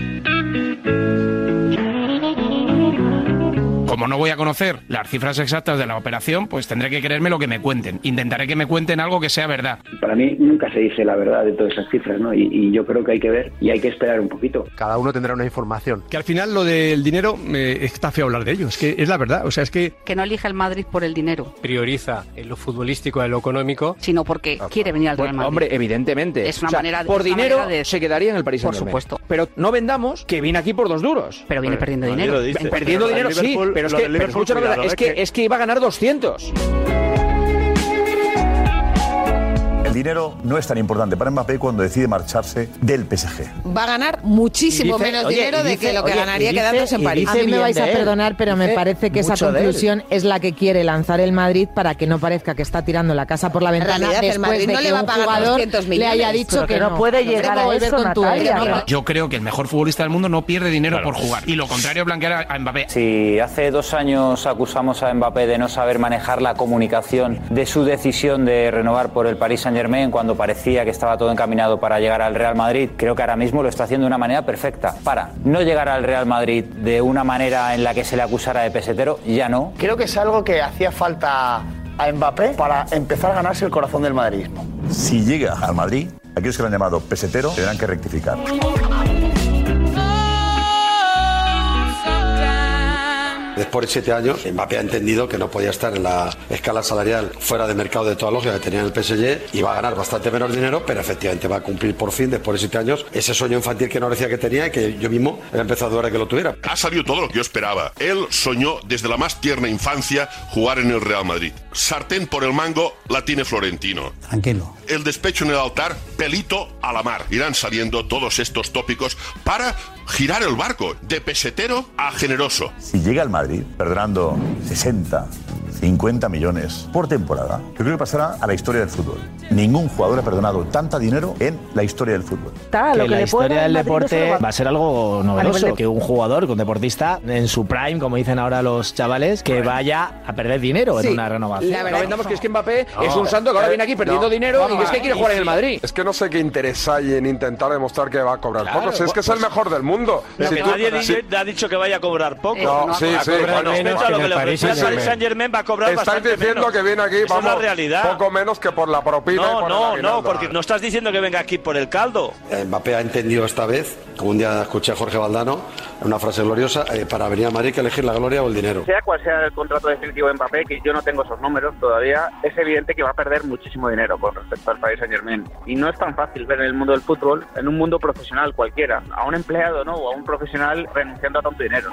Speaker 34: Como no voy a conocer las cifras exactas de la operación, pues tendré que creerme lo que me cuenten. Intentaré que me cuenten algo que sea verdad.
Speaker 5: Para mí nunca se dice la verdad de todas esas cifras, ¿no? Y, y yo creo que hay que ver y hay que esperar un poquito.
Speaker 28: Cada uno tendrá una información.
Speaker 13: Que al final lo del dinero eh, está feo hablar de ello. Es que es la verdad. O sea, es que
Speaker 30: Que no elija el Madrid por el dinero,
Speaker 3: prioriza en lo futbolístico a lo económico.
Speaker 30: sino porque quiere venir al Real Madrid.
Speaker 9: Ah, Hombre, evidentemente.
Speaker 30: Es una
Speaker 9: O sea,
Speaker 30: manera de-
Speaker 9: Por
Speaker 30: es una
Speaker 9: dinero
Speaker 30: manera de-
Speaker 9: se quedaría en el Paris
Speaker 30: Por
Speaker 9: Saint-Germain.
Speaker 30: supuesto.
Speaker 9: Pero no vendamos que viene aquí por dos duros.
Speaker 30: Pero viene perdiendo
Speaker 9: Nadie
Speaker 30: dinero.
Speaker 9: lo dice. Perdiendo
Speaker 30: Pero lo
Speaker 9: dinero,
Speaker 30: del
Speaker 9: sí.
Speaker 30: Liverpool-
Speaker 9: Pero es
Speaker 30: lo
Speaker 9: que,
Speaker 30: del
Speaker 9: pero
Speaker 30: Liverpool,
Speaker 9: escucha una cosa,
Speaker 30: cuidado,
Speaker 9: es,
Speaker 30: eh,
Speaker 9: que,
Speaker 30: que-
Speaker 9: es que iba a ganar 200.
Speaker 13: el dinero no es tan importante para Mbappé cuando decide marcharse del PSG.
Speaker 35: Va a ganar muchísimo
Speaker 7: Dice-
Speaker 35: menos
Speaker 7: oye,
Speaker 35: dinero
Speaker 7: y
Speaker 35: de
Speaker 7: dice-
Speaker 35: que lo que
Speaker 7: oye, y
Speaker 35: ganaría
Speaker 7: dice-
Speaker 35: quedándose en
Speaker 7: y
Speaker 35: París.
Speaker 7: dice A mí me bien vais de a él. perdonar, pero me Dice parece que esa mucho de él. conclusión
Speaker 35: es la que quiere lanzar el Madrid para que no parezca que está tirando la casa por la
Speaker 7: ventana después de que un jugador le haya dicho Pero que que no no. puede Pero llegar a volver eso, con tu Natalia, aire, ¿no?
Speaker 8: Yo creo que el mejor futbolista del mundo no pierde dinero por jugar. Y lo contrario blanquear a- a Mbappé.
Speaker 23: Si hace dos años acusamos a Mbappé de no saber manejar la comunicación de su decisión de renovar por el Paris Saint Germain cuando parecía que estaba todo encaminado para llegar al Real Madrid, creo que ahora mismo lo está haciendo de una manera perfecta. Para no llegar al Real Madrid de una manera en la que se le acusara de pesetero, ya no.
Speaker 24: Creo que es algo que hacía falta a Mbappé para empezar a ganarse el corazón del madridismo.
Speaker 13: Si llega al Madrid, aquellos que lo han llamado pesetero tendrán que rectificar.
Speaker 17: Después de siete años, Mbappé ha entendido que no podía estar en la escala salarial fuera de mercado de toda lógica que tenía en el PSG y va a ganar bastante menos dinero, pero efectivamente va a cumplir por fin, después de siete años, ese sueño infantil que no decía que tenía y que yo mismo he empezado a dudar de que lo tuviera.
Speaker 21: Ha salido todo lo que yo esperaba. Él soñó desde la más tierna infancia jugar en el Real Madrid. Sartén por el mango la tiene Florentino.
Speaker 10: Tranquilo.
Speaker 21: El despecho en el altar, pelito a la mar. Irán saliendo todos estos tópicos para girar el barco de pesetero a generoso.
Speaker 13: Si llega al Madrid perdonando 60, 50 millones por temporada, yo creo que pasará a la historia del fútbol. Ningún jugador ha perdonado tanta dinero en la historia del fútbol.
Speaker 4: que la historia del deporte
Speaker 13: va-
Speaker 4: va a ser algo novedoso.
Speaker 13: nivel de-
Speaker 4: Que un jugador, que un deportista en su prime, como dicen ahora los chavales, que vaya a perder dinero
Speaker 1: Sí,
Speaker 4: en una renovación.
Speaker 1: La verdad, no vendamos que es que Mbappé
Speaker 10: No. eh,
Speaker 1: es un santo que ahora viene aquí perdiendo
Speaker 10: No.
Speaker 1: dinero y que es que quiere jugar en el Madrid.
Speaker 10: Es que no sé qué interés hay en intentar demostrar que va a cobrar
Speaker 1: Claro,
Speaker 10: poco. Si es que es el
Speaker 1: pues-
Speaker 10: mejor del mundo.
Speaker 3: Lo
Speaker 10: Si
Speaker 3: que
Speaker 10: tú-
Speaker 3: nadie di-
Speaker 10: si-
Speaker 3: ha dicho que vaya a cobrar poco.
Speaker 10: No, sí, sí,
Speaker 3: Con
Speaker 10: bueno,
Speaker 3: respecto a lo que le ofreció el Paris Saint Germain va a cobrar
Speaker 10: Estáis
Speaker 3: bastante
Speaker 10: diciendo
Speaker 3: menos.
Speaker 10: que viene aquí,
Speaker 3: Esa
Speaker 10: vamos,
Speaker 3: es la realidad.
Speaker 10: poco menos que por la propina y
Speaker 3: No,
Speaker 10: por
Speaker 3: no,
Speaker 10: el
Speaker 3: no,
Speaker 10: aguinaldo.
Speaker 3: porque no estás diciendo que venga aquí por el caldo.
Speaker 17: Eh, Mbappé ha entendido esta vez, como un día escuché a Jorge Valdano, una frase gloriosa, eh, para venir a Madrid hay que elegir la gloria o el dinero.
Speaker 36: Sea cual sea el contrato definitivo de Mbappé, que yo no tengo esos números todavía, es evidente que va a perder muchísimo dinero con respecto al Paris Saint Germain. Y no es tan fácil ver en el mundo del fútbol, en un mundo profesional cualquiera, a un empleado no, o a un profesional renunciando a tanto dinero.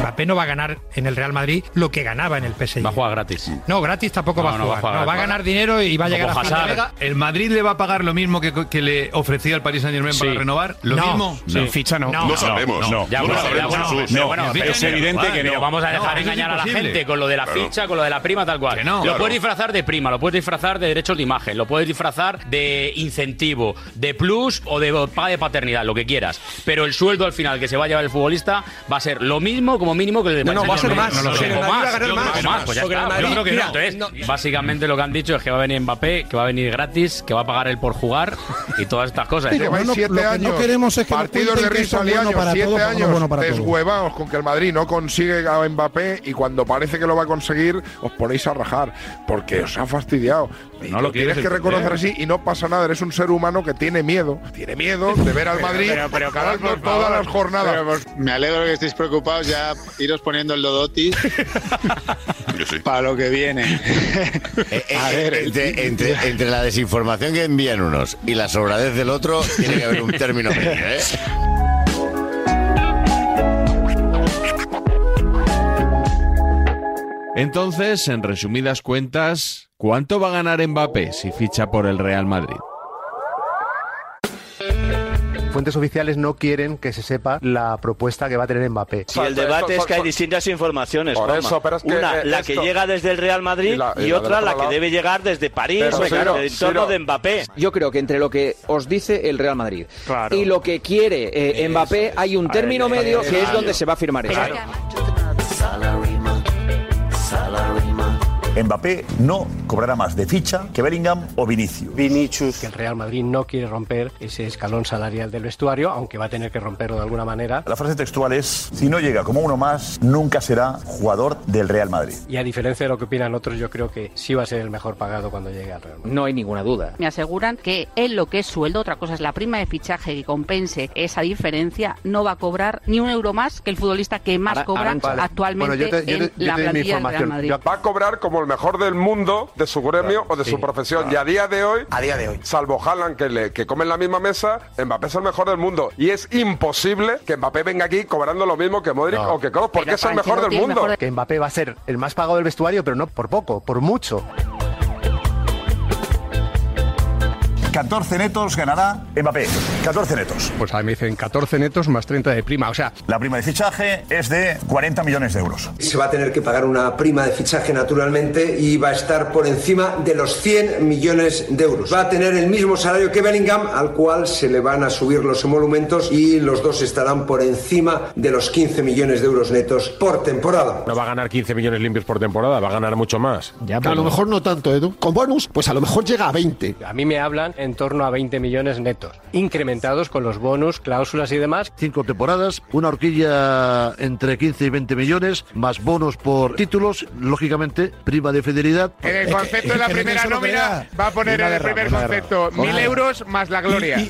Speaker 23: Mbappé no va a ganar en el Real Madrid lo que ganaba en el PSG. Va a jugar gratis. No, gratis tampoco va a
Speaker 37: No, no
Speaker 23: jugar. No, va a, ganar dinero y va a llegar a fin de liga.
Speaker 37: El Madrid le va a pagar lo mismo que, que le ofrecía el Paris Saint Germain para
Speaker 23: Sí.
Speaker 37: renovar. ¿Lo
Speaker 23: No,
Speaker 37: mismo?
Speaker 23: sí. Ficha no. No
Speaker 37: sabemos.
Speaker 16: No,
Speaker 37: Ya
Speaker 16: no
Speaker 37: bueno,
Speaker 16: lo sabemos,
Speaker 37: ya bueno,
Speaker 9: pues,
Speaker 16: Jesús.
Speaker 37: pero
Speaker 16: No,
Speaker 37: bueno,
Speaker 16: no,
Speaker 37: pero
Speaker 16: es evidente que
Speaker 9: no.
Speaker 16: no.
Speaker 9: vamos a dejar
Speaker 37: eso es
Speaker 9: engañar a la
Speaker 37: imposible.
Speaker 9: gente con lo de la
Speaker 16: Claro.
Speaker 9: ficha, con lo de la prima, tal cual.
Speaker 16: Que no.
Speaker 9: lo
Speaker 16: Claro.
Speaker 9: puedes disfrazar de prima, lo puedes disfrazar de derechos de imagen, lo puedes disfrazar de incentivo, de plus o de paga de paternidad, lo que quieras. Pero el sueldo al final que se va a llevar el futbolista va a ser lo mismo, como mínimo que el de
Speaker 37: No, no,
Speaker 9: Paris
Speaker 37: va a ser
Speaker 9: Saint-Germain.
Speaker 37: más. No lo sé.
Speaker 9: O
Speaker 37: Porque el Madrid va a ganar
Speaker 9: Yo creo que
Speaker 37: más.
Speaker 9: más, pues ya
Speaker 37: Porque el
Speaker 9: está.
Speaker 37: Madrid-
Speaker 9: Yo creo que
Speaker 37: mira,
Speaker 9: no. ¿eh? Entonces, Básicamente lo que han dicho es que va a venir Mbappé, que va a venir gratis, que va a pagar él por jugar y todas estas cosas.
Speaker 10: Sí, que vais siete
Speaker 9: no
Speaker 10: años,
Speaker 9: queremos es que nos
Speaker 10: partidos de
Speaker 9: cuenten que
Speaker 10: risa
Speaker 9: son
Speaker 10: al año,
Speaker 9: bueno para
Speaker 10: siete
Speaker 9: todo, pero no
Speaker 10: años
Speaker 9: bueno para todo.
Speaker 10: deshuevaos con que el Madrid no consigue a Mbappé y cuando parece que lo va a conseguir os ponéis a rajar porque os ha fastidiado. Y
Speaker 16: No lo
Speaker 10: tienes
Speaker 16: quieres
Speaker 10: que reconocer así
Speaker 16: entender.
Speaker 10: y no pasa nada, eres un ser humano que tiene miedo, tiene miedo de ver al
Speaker 37: Pero-
Speaker 10: Madrid
Speaker 37: pero- pero, Carlos,
Speaker 10: jugando
Speaker 37: por
Speaker 10: todas
Speaker 37: favor.
Speaker 10: las jornadas.
Speaker 37: Pero, por- me alegro que estéis preocupados, ya iros poniendo el dodotis para lo que viene.
Speaker 11: A ver, eh, entre, entre- entre la desinformación que envían unos y la sobradez del otro, tiene que haber un término medio,
Speaker 3: [laughs]
Speaker 11: ¿eh?
Speaker 2: Entonces, en resumidas cuentas, ¿cuánto va a ganar Mbappé si ficha por el Real Madrid?
Speaker 28: Fuentes oficiales no quieren que se sepa la propuesta que va a tener Mbappé.
Speaker 3: Si el debate es que hay distintas informaciones,
Speaker 10: Por
Speaker 3: Juanma.
Speaker 10: eso, pero es que,
Speaker 3: una
Speaker 10: eh,
Speaker 3: la
Speaker 10: esto-
Speaker 3: que llega desde el Real Madrid
Speaker 10: Y
Speaker 3: y,
Speaker 10: la- y la
Speaker 3: otra
Speaker 10: del
Speaker 3: la
Speaker 10: otro
Speaker 3: que
Speaker 10: lado.
Speaker 3: debe llegar desde París,
Speaker 10: Pero,
Speaker 3: desde
Speaker 10: Ciro,
Speaker 3: el entorno
Speaker 10: Ciro.
Speaker 3: de Mbappé.
Speaker 1: Yo creo que entre lo que os dice el Real Madrid y lo que quiere eh, Mbappé hay un término
Speaker 3: Ahí, ahí,
Speaker 1: medio
Speaker 3: ahí,
Speaker 1: que es
Speaker 3: ahí.
Speaker 1: donde se va a firmar eso.
Speaker 13: Mbappé no cobrará más de ficha que Bellingham o Vinicius.
Speaker 38: Vinicius. Que el Real Madrid no quiere romper ese escalón salarial del vestuario, aunque va a tener que romperlo de alguna manera.
Speaker 13: La frase textual es, si no llega como uno más, nunca será jugador del Real Madrid.
Speaker 38: Y a diferencia de lo que opinan otros, yo creo que sí va a ser el mejor pagado cuando llegue al Real Madrid.
Speaker 1: No hay ninguna duda.
Speaker 30: Me aseguran que él lo que es sueldo, otra cosa es la prima de fichaje que compense esa diferencia, no va a cobrar ni un euro más que el futbolista que más
Speaker 10: Ara-
Speaker 30: cobra
Speaker 10: Arancha.
Speaker 30: actualmente en la plantilla del Real Madrid.
Speaker 10: Va a cobrar como el mejor del mundo de su gremio
Speaker 23: Claro,
Speaker 10: o de
Speaker 23: sí,
Speaker 10: su profesión.
Speaker 23: claro.
Speaker 10: Y Ah. a día de hoy,
Speaker 23: A día de hoy.
Speaker 10: salvo Haaland, que, le, que come en la misma mesa, Mbappé es el mejor del mundo. Y es imposible que Mbappé venga aquí cobrando lo mismo que Modric o que Kroos, porque es el mejor del mundo.
Speaker 28: Que Mbappé va a ser el más pagado del vestuario, pero no por poco, por mucho.
Speaker 13: 14 netos ganará Mbappé. 14 netos.
Speaker 37: Pues a mí me dicen 14 netos más 30 de prima, o sea...
Speaker 13: La prima de fichaje es de 40 millones de euros.
Speaker 31: Se va a tener que pagar una prima de fichaje naturalmente y va a estar por encima de los 100 millones de euros. Va a tener el mismo salario que Bellingham, al cual se le van a subir los emolumentos y los dos estarán por encima de los 15 millones de euros netos por temporada.
Speaker 24: No va a ganar 15 millones limpios por temporada, va a ganar mucho más. pero-
Speaker 39: A lo mejor no tanto, Edu. Con bonus, pues a lo mejor llega a 20.
Speaker 38: A mí me hablan en torno a 20 millones netos, incrementados con los bonus, cláusulas y demás.
Speaker 9: Cinco temporadas, una horquilla Ah, entre 15 y 20 millones, más bonos por títulos, lógicamente, prima de fidelidad.
Speaker 24: En el concepto de la primera nómina va a poner en el primer concepto mil euros más la gloria.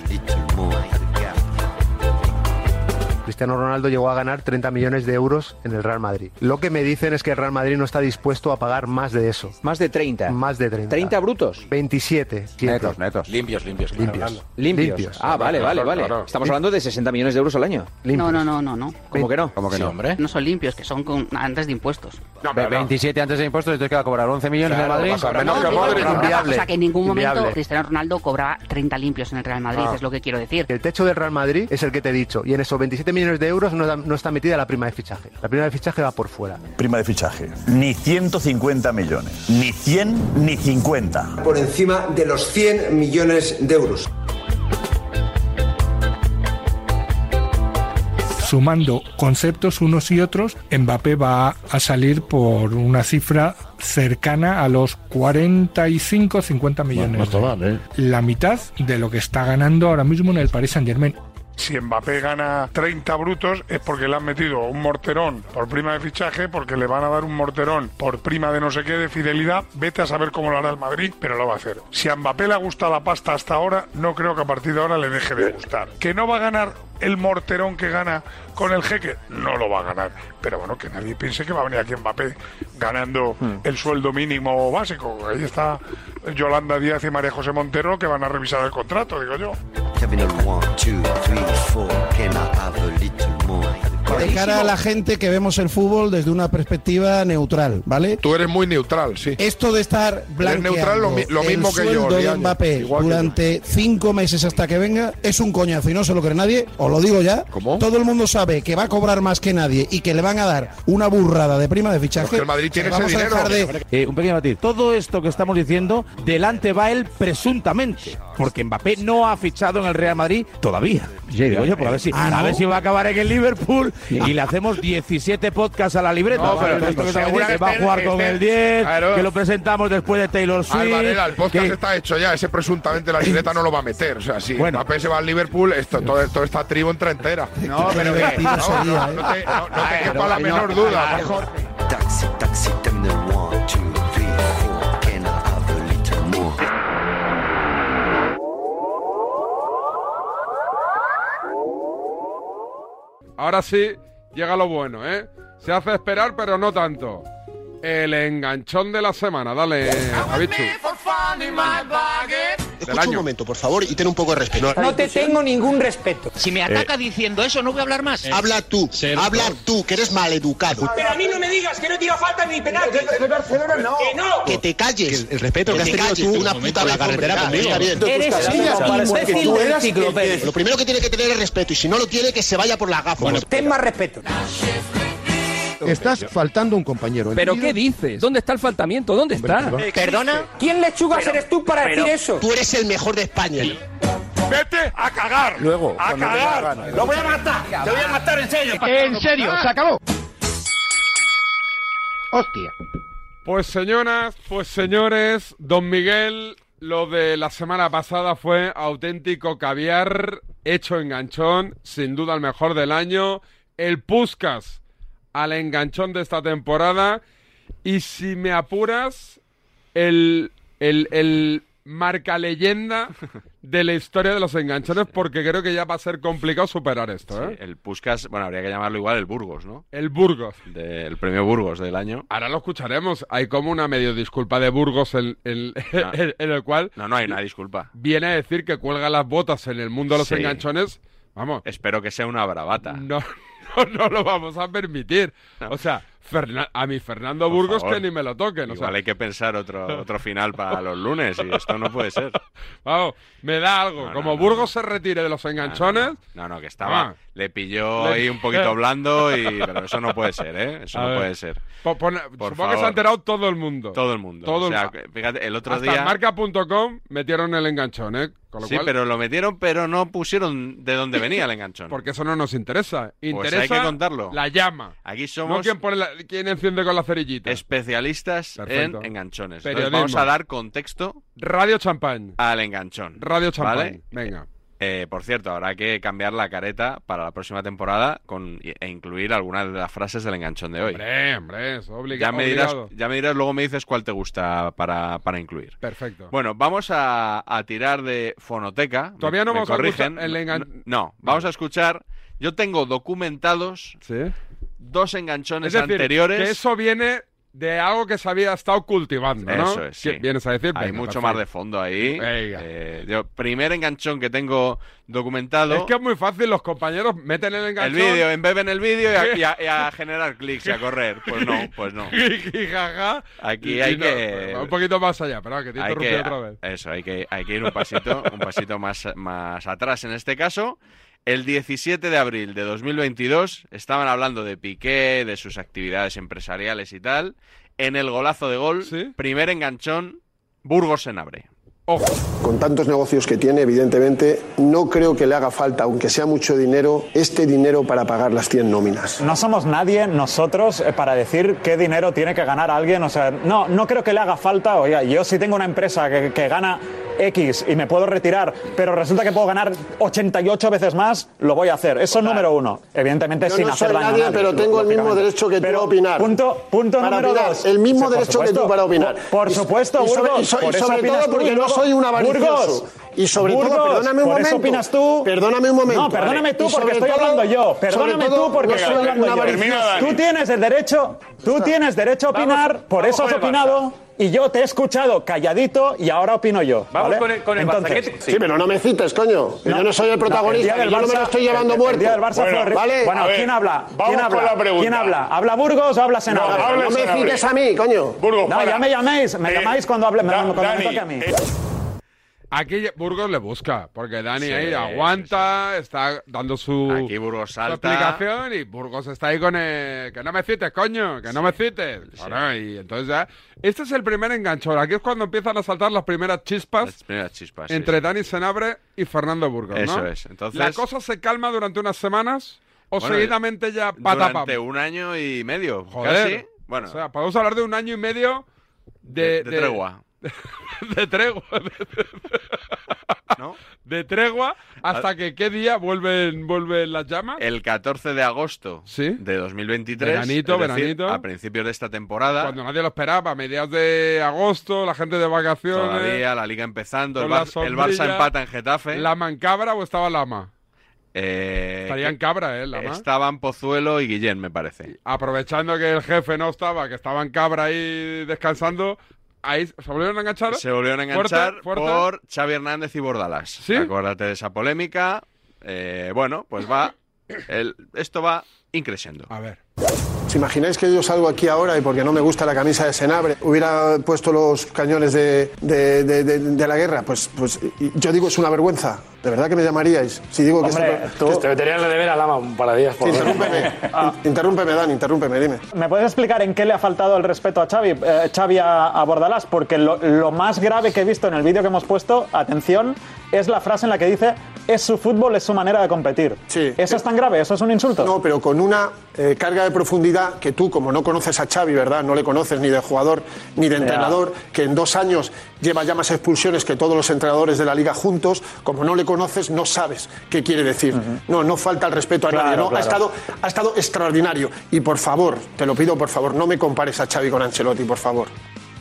Speaker 28: Cristiano Ronaldo llegó a ganar 30 millones de euros en el Real Madrid. Lo que me dicen es que el Real Madrid no está dispuesto a pagar más de eso.
Speaker 40: Más de 30.
Speaker 28: Más de 30.
Speaker 40: ¿30 brutos?
Speaker 28: 27. siete.
Speaker 40: Netos, netos.
Speaker 41: Limpios, limpios.
Speaker 28: Limpios.
Speaker 40: Limpios.
Speaker 28: Limpios.
Speaker 40: Ah, vale, vale,
Speaker 28: Claro,
Speaker 40: vale.
Speaker 28: claro.
Speaker 40: Estamos hablando de 60 millones de euros al año.
Speaker 30: No, no, no, no, no.
Speaker 40: ¿Cómo que no? ¿Cómo
Speaker 30: Sí, No son limpios, que son con- antes de impuestos.
Speaker 42: Ve- 27 antes de impuestos, entonces que va a cobrar 11 millones
Speaker 30: Claro,
Speaker 42: de
Speaker 30: más o
Speaker 42: Madrid.
Speaker 30: menos que Modric.
Speaker 28: Inviable.
Speaker 30: O sea, que en ningún momento
Speaker 28: Inviable.
Speaker 30: Cristiano Ronaldo cobraba 30 limpios en el Real Madrid,
Speaker 28: Ah.
Speaker 30: es lo que quiero decir.
Speaker 28: El techo del Real Madrid es el que te he dicho. Y en esos 27 millones de euros no, da- no está metida la prima de fichaje. La prima de fichaje va por fuera.
Speaker 13: Prima de fichaje. Ni 150 millones. Ni 100 ni 50.
Speaker 31: Por encima de los 100 millones de euros.
Speaker 43: Sumando conceptos unos y otros, Mbappé va a salir por una cifra cercana a los 45-50 millones.
Speaker 44: no está mal, ¿eh?
Speaker 43: La mitad de lo que está ganando ahora mismo en el Paris Saint-Germain.
Speaker 44: Si Mbappé gana 30 brutos es porque le han metido un morterón por prima de fichaje, porque le van a dar un morterón por prima de no sé qué de fidelidad. Vete a saber cómo lo hará el Madrid, pero lo va a hacer. Si a Mbappé le gusta la pasta hasta ahora, no creo que a partir de ahora le deje de gustar. Que no va a ganar el morterón que gana con el jeque, no lo va a ganar. Pero bueno, que nadie piense que va a venir aquí Mbappé ganando
Speaker 6: Hmm.
Speaker 44: el sueldo mínimo básico. Ahí está Yolanda Díaz y María José Montero que van a revisar el contrato, digo yo.
Speaker 24: Terminal one, two, three, four. Can I have a little more?
Speaker 9: De cara a la gente que vemos el fútbol desde una perspectiva neutral, ¿vale?
Speaker 10: Tú eres muy neutral, sí.
Speaker 9: Esto de estar blanqueando
Speaker 10: neutral lo mi- lo mismo
Speaker 9: el
Speaker 10: que yo,
Speaker 9: sueldo de
Speaker 10: Riaño.
Speaker 9: Mbappé
Speaker 10: Igual que
Speaker 9: durante cinco meses hasta que venga es un coñazo y no se lo cree nadie, os lo digo ya. Todo el mundo sabe que va a cobrar más que nadie y que le van a dar una burrada de prima de fichaje.
Speaker 10: Pero que el Madrid tiene
Speaker 9: Vamos
Speaker 10: ese
Speaker 9: a dejar
Speaker 10: dinero.
Speaker 9: de-
Speaker 11: Eh, un pequeño matiz. Todo esto que estamos diciendo, delante va él presuntamente, porque Mbappé no ha fichado en el Real Madrid todavía. Digo yo, pues a ver si,
Speaker 10: Ah, ¿no?
Speaker 11: a ver si va a acabar en el Liverpool y le hacemos 17 podcasts a la libreta.
Speaker 10: No, pero
Speaker 11: Esto que
Speaker 10: seguro
Speaker 11: estamos diciendo,
Speaker 10: que
Speaker 11: que va a
Speaker 10: estén-
Speaker 11: jugar
Speaker 10: que
Speaker 11: con
Speaker 10: estén-
Speaker 11: el 10,
Speaker 10: este- Claro.
Speaker 11: que lo presentamos después de Taylor Swift.
Speaker 10: Alvarela, el podcast
Speaker 11: que-
Speaker 10: está hecho ya. Ese presuntamente la libreta no lo va a meter. O sea, si bueno. Mbappé se va al Liverpool, esto, todo, toda esta tribu entra entera. No,
Speaker 9: pero
Speaker 10: no,
Speaker 9: divertido
Speaker 10: no,
Speaker 9: sería,
Speaker 10: no,
Speaker 9: ¿eh?
Speaker 10: no te, no- no te
Speaker 24: Ay,
Speaker 10: quepa la
Speaker 24: no,
Speaker 10: menor
Speaker 24: no,
Speaker 10: duda.
Speaker 24: ay, Taxi, taxi, terminal one, two, three, four. Can I have a little more?
Speaker 1: Ahora sí, llega lo bueno, ¿eh? Se hace esperar, pero no tanto. El enganchón de la semana, dale, Javichu.
Speaker 45: Escucha un momento, por favor, y ten un poco de respeto.
Speaker 37: No te tengo
Speaker 45: ningún respeto. Si me
Speaker 37: ataca
Speaker 45: diciendo eso, no voy a hablar más.
Speaker 39: Eh,
Speaker 1: Eh.
Speaker 45: Habla tú, habla tú, que eres maleducado.
Speaker 37: Pero a mí no me digas que no tira falta ni penalti. Que no.
Speaker 45: Que te calles. este el respeto que has tenido tú una puta la carretera
Speaker 9: Ah,
Speaker 45: conmigo.
Speaker 37: Eres un imbécil de enciclopedia.
Speaker 45: ¿eh? Lo primero que tiene que tener es respeto y si no lo tiene que se vaya por la gafa. ten más respeto.
Speaker 28: Estás faltando un compañero.
Speaker 46: ¿Pero qué dices? ¿Dónde está el faltamiento? ¿Dónde está?
Speaker 45: perdón. Eh, ¿Perdona?
Speaker 46: ¿Quién lechugas eres tú para decir eso?
Speaker 45: Tú eres el mejor de España.
Speaker 1: Vete a cagar.
Speaker 45: Luego,
Speaker 1: a
Speaker 45: cuando te dé la
Speaker 1: cagar.
Speaker 45: gana.
Speaker 1: Lo voy a matar. Te voy a matar en serio.
Speaker 28: En serio, se acabó. Hostia.
Speaker 1: Pues señoras, pues señores, don Miguel, lo de la semana pasada fue auténtico caviar, hecho enganchón, sin duda el mejor del año, el Puscas al enganchón de esta temporada y si me apuras, el, el, el marca leyenda de la historia de los enganchones porque creo que ya va a ser complicado superar esto, ¿eh?
Speaker 2: Sí, el Puskas, bueno, habría que llamarlo igual el Burgos, ¿no?
Speaker 1: El Burgos.
Speaker 2: De- el premio Burgos del año.
Speaker 1: Ahora lo escucharemos. Hay como una medio disculpa de Burgos en, en-
Speaker 2: No.
Speaker 1: en- [laughs] en el cual
Speaker 2: No, no hay una disculpa.
Speaker 1: viene a decir que cuelga las botas en el mundo de los
Speaker 2: Sí.
Speaker 1: enganchones. Vamos.
Speaker 2: Espero que sea una bravata.
Speaker 1: No, no, no lo vamos a permitir. O sea, Fernan- a mi Fernando Burgos
Speaker 2: favor.
Speaker 1: que ni me lo toquen. O sea,
Speaker 2: Igual hay que pensar
Speaker 1: [laughs]
Speaker 2: otro, otro final para los lunes y esto no puede ser.
Speaker 1: vamos, me da algo. como Burgos se retire de los enganchones.
Speaker 2: No, no, que estaba.
Speaker 1: Ah.
Speaker 2: Le pilló
Speaker 1: Le-
Speaker 2: ahí un
Speaker 1: [laughs]
Speaker 2: poquito blando y. Pero eso no puede ser, ¿eh? Eso
Speaker 1: A
Speaker 2: no
Speaker 1: ver.
Speaker 2: puede ser.
Speaker 1: po- pone-
Speaker 2: Por
Speaker 1: supongo que se
Speaker 2: favor.
Speaker 1: ha enterado todo el mundo.
Speaker 2: Todo el mundo.
Speaker 1: Todo
Speaker 2: o
Speaker 1: el-
Speaker 2: sea, que- fíjate, el otro
Speaker 1: Hasta
Speaker 2: día.
Speaker 1: marca.com metieron el enganchón, ¿eh? Con lo
Speaker 2: sí,
Speaker 1: cual-
Speaker 2: pero lo metieron, pero no pusieron de dónde venía el enganchón.
Speaker 1: Porque eso no nos interesa.
Speaker 2: Pues
Speaker 1: Interesa
Speaker 2: hay que contarlo.
Speaker 1: la llama.
Speaker 2: Aquí
Speaker 1: No
Speaker 2: somos
Speaker 1: quién, pone la- quién enciende con la cerillita.
Speaker 2: especialistas
Speaker 1: Perfecto.
Speaker 2: en enganchones. Entonces,
Speaker 1: Periodismo.
Speaker 2: vamos a dar contexto
Speaker 1: Radio Champán.
Speaker 2: al enganchón.
Speaker 1: Radio Champán.
Speaker 2: ¿vale?
Speaker 1: Venga.
Speaker 2: Eh, por cierto, habrá que cambiar la careta para la próxima temporada con, e incluir algunas de las frases del enganchón de hoy.
Speaker 1: Hombre, hombre, es obli-
Speaker 2: ya, me dirás,
Speaker 1: obligado.
Speaker 2: ya me dirás, luego me dices cuál te gusta para, para incluir.
Speaker 1: Perfecto.
Speaker 2: Bueno, vamos a, a tirar de fonoteca.
Speaker 1: Todavía no
Speaker 2: Me
Speaker 1: vamos a
Speaker 2: corrigen.
Speaker 1: escuchar el engan-
Speaker 2: No, vamos a escuchar Yo tengo documentados dos enganchones
Speaker 1: Es decir,
Speaker 2: anteriores.
Speaker 1: que eso viene de algo que se había estado cultivando, ¿no?
Speaker 2: Eso es,
Speaker 1: Que
Speaker 2: sí.
Speaker 1: Vienes a decir.
Speaker 2: Hay
Speaker 1: venga,
Speaker 2: mucho
Speaker 1: perfecto.
Speaker 2: más de fondo ahí. Eh, yo, primer enganchón que tengo documentado.
Speaker 1: Es que es muy fácil, los compañeros meten el
Speaker 2: el
Speaker 1: enganchón.
Speaker 2: vídeo, embeben el vídeo y a, y a- y a generar clics y a correr. Pues no, pues
Speaker 1: [laughs]
Speaker 2: no.
Speaker 1: [laughs] Y jaja.
Speaker 2: Aquí
Speaker 1: Y
Speaker 2: hay
Speaker 1: no, pues,
Speaker 2: que.
Speaker 1: Un poquito más allá, pero que te
Speaker 2: hay
Speaker 1: interrumpí
Speaker 2: que-
Speaker 1: otra vez.
Speaker 2: Eso, hay que, hay que ir un pasito, un pasito más, más atrás en este caso. El 17 de abril de 2022 estaban hablando de Piqué, de sus actividades empresariales y tal. En el golazo de gol, primer enganchón, Burgos en abre.
Speaker 37: Con tantos negocios que tiene, evidentemente, no creo que le haga falta, aunque sea mucho dinero, este dinero para pagar las 100 nóminas.
Speaker 29: No somos nadie nosotros eh, para decir qué dinero tiene que ganar alguien. O sea, no, no creo que le haga falta. Oiga, yo si tengo una empresa que, que gana X y me puedo retirar, pero resulta que puedo ganar 88 veces más, lo voy a hacer. Eso es número uno. Evidentemente,
Speaker 37: Yo
Speaker 29: sin
Speaker 37: no
Speaker 29: hacer
Speaker 37: soy
Speaker 29: daño a
Speaker 37: nadie,
Speaker 29: nadie,
Speaker 37: pero tengo el mismo
Speaker 29: lógicamente.
Speaker 37: derecho que tú
Speaker 29: Pero
Speaker 37: a opinar.
Speaker 29: Punto, punto
Speaker 37: Para
Speaker 29: número
Speaker 37: opinar,
Speaker 29: dos.
Speaker 37: el mismo
Speaker 29: por
Speaker 37: derecho que tú
Speaker 29: supuesto.
Speaker 37: para opinar.
Speaker 29: Por
Speaker 37: Y-
Speaker 29: supuesto,
Speaker 37: y sobre-
Speaker 29: Burgos.
Speaker 37: y so- y
Speaker 29: por eso
Speaker 37: sobre
Speaker 29: opinas
Speaker 37: todo
Speaker 29: tú,
Speaker 37: porque
Speaker 29: y
Speaker 37: no
Speaker 29: luego-
Speaker 37: soy un avaricioso.
Speaker 29: Burgos,
Speaker 37: Y sobre todo,
Speaker 29: Burgos,
Speaker 37: perdóname un
Speaker 29: por eso
Speaker 37: momento.
Speaker 29: opinas tú.
Speaker 37: Perdóname un momento.
Speaker 29: No, perdóname
Speaker 37: Vale.
Speaker 29: tú
Speaker 37: Y
Speaker 29: porque
Speaker 37: sobre
Speaker 29: estoy
Speaker 37: todo-
Speaker 29: hablando yo.
Speaker 37: sobre
Speaker 29: Perdóname
Speaker 37: todo,
Speaker 29: tú porque
Speaker 37: no soy
Speaker 29: estoy hablando
Speaker 37: un
Speaker 29: yo.
Speaker 37: avaricioso.
Speaker 29: Tú tienes el derecho, tú tienes derecho a opinar, por eso has opinado y yo te he escuchado calladito y ahora opino yo.
Speaker 37: Vamos
Speaker 29: ¿vale?
Speaker 37: con el- con el
Speaker 29: Entonces,
Speaker 37: Barça, ¿qué te- sí? Sí, pero no me cites, coño, que yo no soy el
Speaker 29: día
Speaker 37: protagonista,
Speaker 29: del
Speaker 37: que yo no me lo estoy llevando
Speaker 29: el- El día del
Speaker 37: muerto.
Speaker 29: Barça fue
Speaker 37: Bueno,
Speaker 29: horrible.
Speaker 37: vale,
Speaker 29: Bueno,
Speaker 37: a ver,
Speaker 29: ¿quién habla?
Speaker 37: vamos
Speaker 29: ¿Quién
Speaker 37: con
Speaker 29: habla?
Speaker 37: la pregunta.
Speaker 29: ¿Quién habla? ¿Habla Burgos o habla Senado?
Speaker 37: No, no me cites a mí, coño.
Speaker 29: No, ya me llaméis,
Speaker 37: Eh,
Speaker 29: me llamáis cuando hable, me, cuando me
Speaker 1: Dani,
Speaker 29: toque a mí.
Speaker 1: Aquí Burgos le busca, porque Dani
Speaker 2: Sí,
Speaker 1: ahí
Speaker 2: sí,
Speaker 1: aguanta, está dando su,
Speaker 2: Aquí Burgos
Speaker 1: su
Speaker 2: salta.
Speaker 1: explicación y Burgos está ahí con el... Que no me cites, coño, que no me cites. Claro, y entonces ya... Este es el primer enganchón. Aquí es cuando empiezan a saltar las primeras chispas
Speaker 2: Primeras chispas. sí,
Speaker 1: entre
Speaker 2: sí.
Speaker 1: Dani Senabre y Fernando Burgos, ¿no?
Speaker 2: Eso es, entonces-
Speaker 1: ¿La cosa se calma durante unas semanas o
Speaker 2: Bueno,
Speaker 1: seguidamente ya patapa?
Speaker 2: Durante un año y medio,
Speaker 1: Joder.
Speaker 2: casi. Bueno,
Speaker 1: O sea, podemos hablar de un año y medio
Speaker 2: de,
Speaker 1: de...
Speaker 2: de tregua.
Speaker 1: [laughs] de tregua.
Speaker 2: ¿No?
Speaker 1: De tregua hasta que qué día vuelven, vuelven las llamas.
Speaker 2: Ah. El 14 de agosto de 2023.
Speaker 1: Veranito,
Speaker 2: es decir,
Speaker 1: veranito.
Speaker 2: A principios de esta temporada.
Speaker 1: Cuando nadie lo esperaba, a mediados de agosto, la gente de vacaciones.
Speaker 2: Todavía la liga empezando. El,
Speaker 1: con la
Speaker 2: Bar- el
Speaker 1: sombrilla.
Speaker 2: Barça empata en Getafe.
Speaker 1: ¿La mancabra o estaba Lama?
Speaker 2: Eh,
Speaker 1: Estarían
Speaker 2: que-
Speaker 1: cabra, ¿eh? Lama.
Speaker 2: Estaban Pozuelo y Guillén, me parece.
Speaker 1: Aprovechando que el jefe no estaba, que estaban cabra ahí descansando, ahí se volvieron a enganchar.
Speaker 2: Se volvieron a
Speaker 1: Fuerte,
Speaker 2: enganchar
Speaker 1: fuerte.
Speaker 2: por Xavi Hernández y Bordalas. Acuérdate de esa polémica. Eh, bueno, pues va. el- esto va increciendo.
Speaker 1: A ver.
Speaker 37: ¿Os imagináis que yo salgo aquí ahora y porque no me gusta la camisa de Senabre hubiera puesto los cañones de, de- de- de- de la guerra? Pues, pues y- yo digo, es una vergüenza. ¿De verdad que me llamaríais? Si digo que
Speaker 3: Hombre,
Speaker 37: es
Speaker 3: tú te tenías de ver a Lama un par de días. Por Ah. lo menos.
Speaker 37: Interrúmpeme, interrúmpeme, Dan, interrúmpeme, dime.
Speaker 29: ¿Me puedes explicar en qué le ha faltado el respeto a Xavi, eh, Xavi a, a Bordalás? Porque lo, lo más grave que he visto en el vídeo que hemos puesto, atención, es la frase en la que dice es su fútbol, es su manera de competir. ¿Eso es tan grave? ¿Eso es un insulto?
Speaker 37: No, pero con una eh, carga de profundidad que tú, como no conoces a Xavi, ¿verdad? No le conoces ni de jugador ni de
Speaker 29: Ya.
Speaker 37: entrenador, que en dos años lleva ya más expulsiones que todos los entrenadores de la liga juntos, como no le conoces, no sabes qué quiere decir. No, no falta el respeto a
Speaker 29: Claro,
Speaker 37: nadie. ¿no? Ha,
Speaker 29: claro.
Speaker 37: estado, ha estado extraordinario. Y por favor, te lo pido, por favor, no me compares a Xavi con Ancelotti, por favor.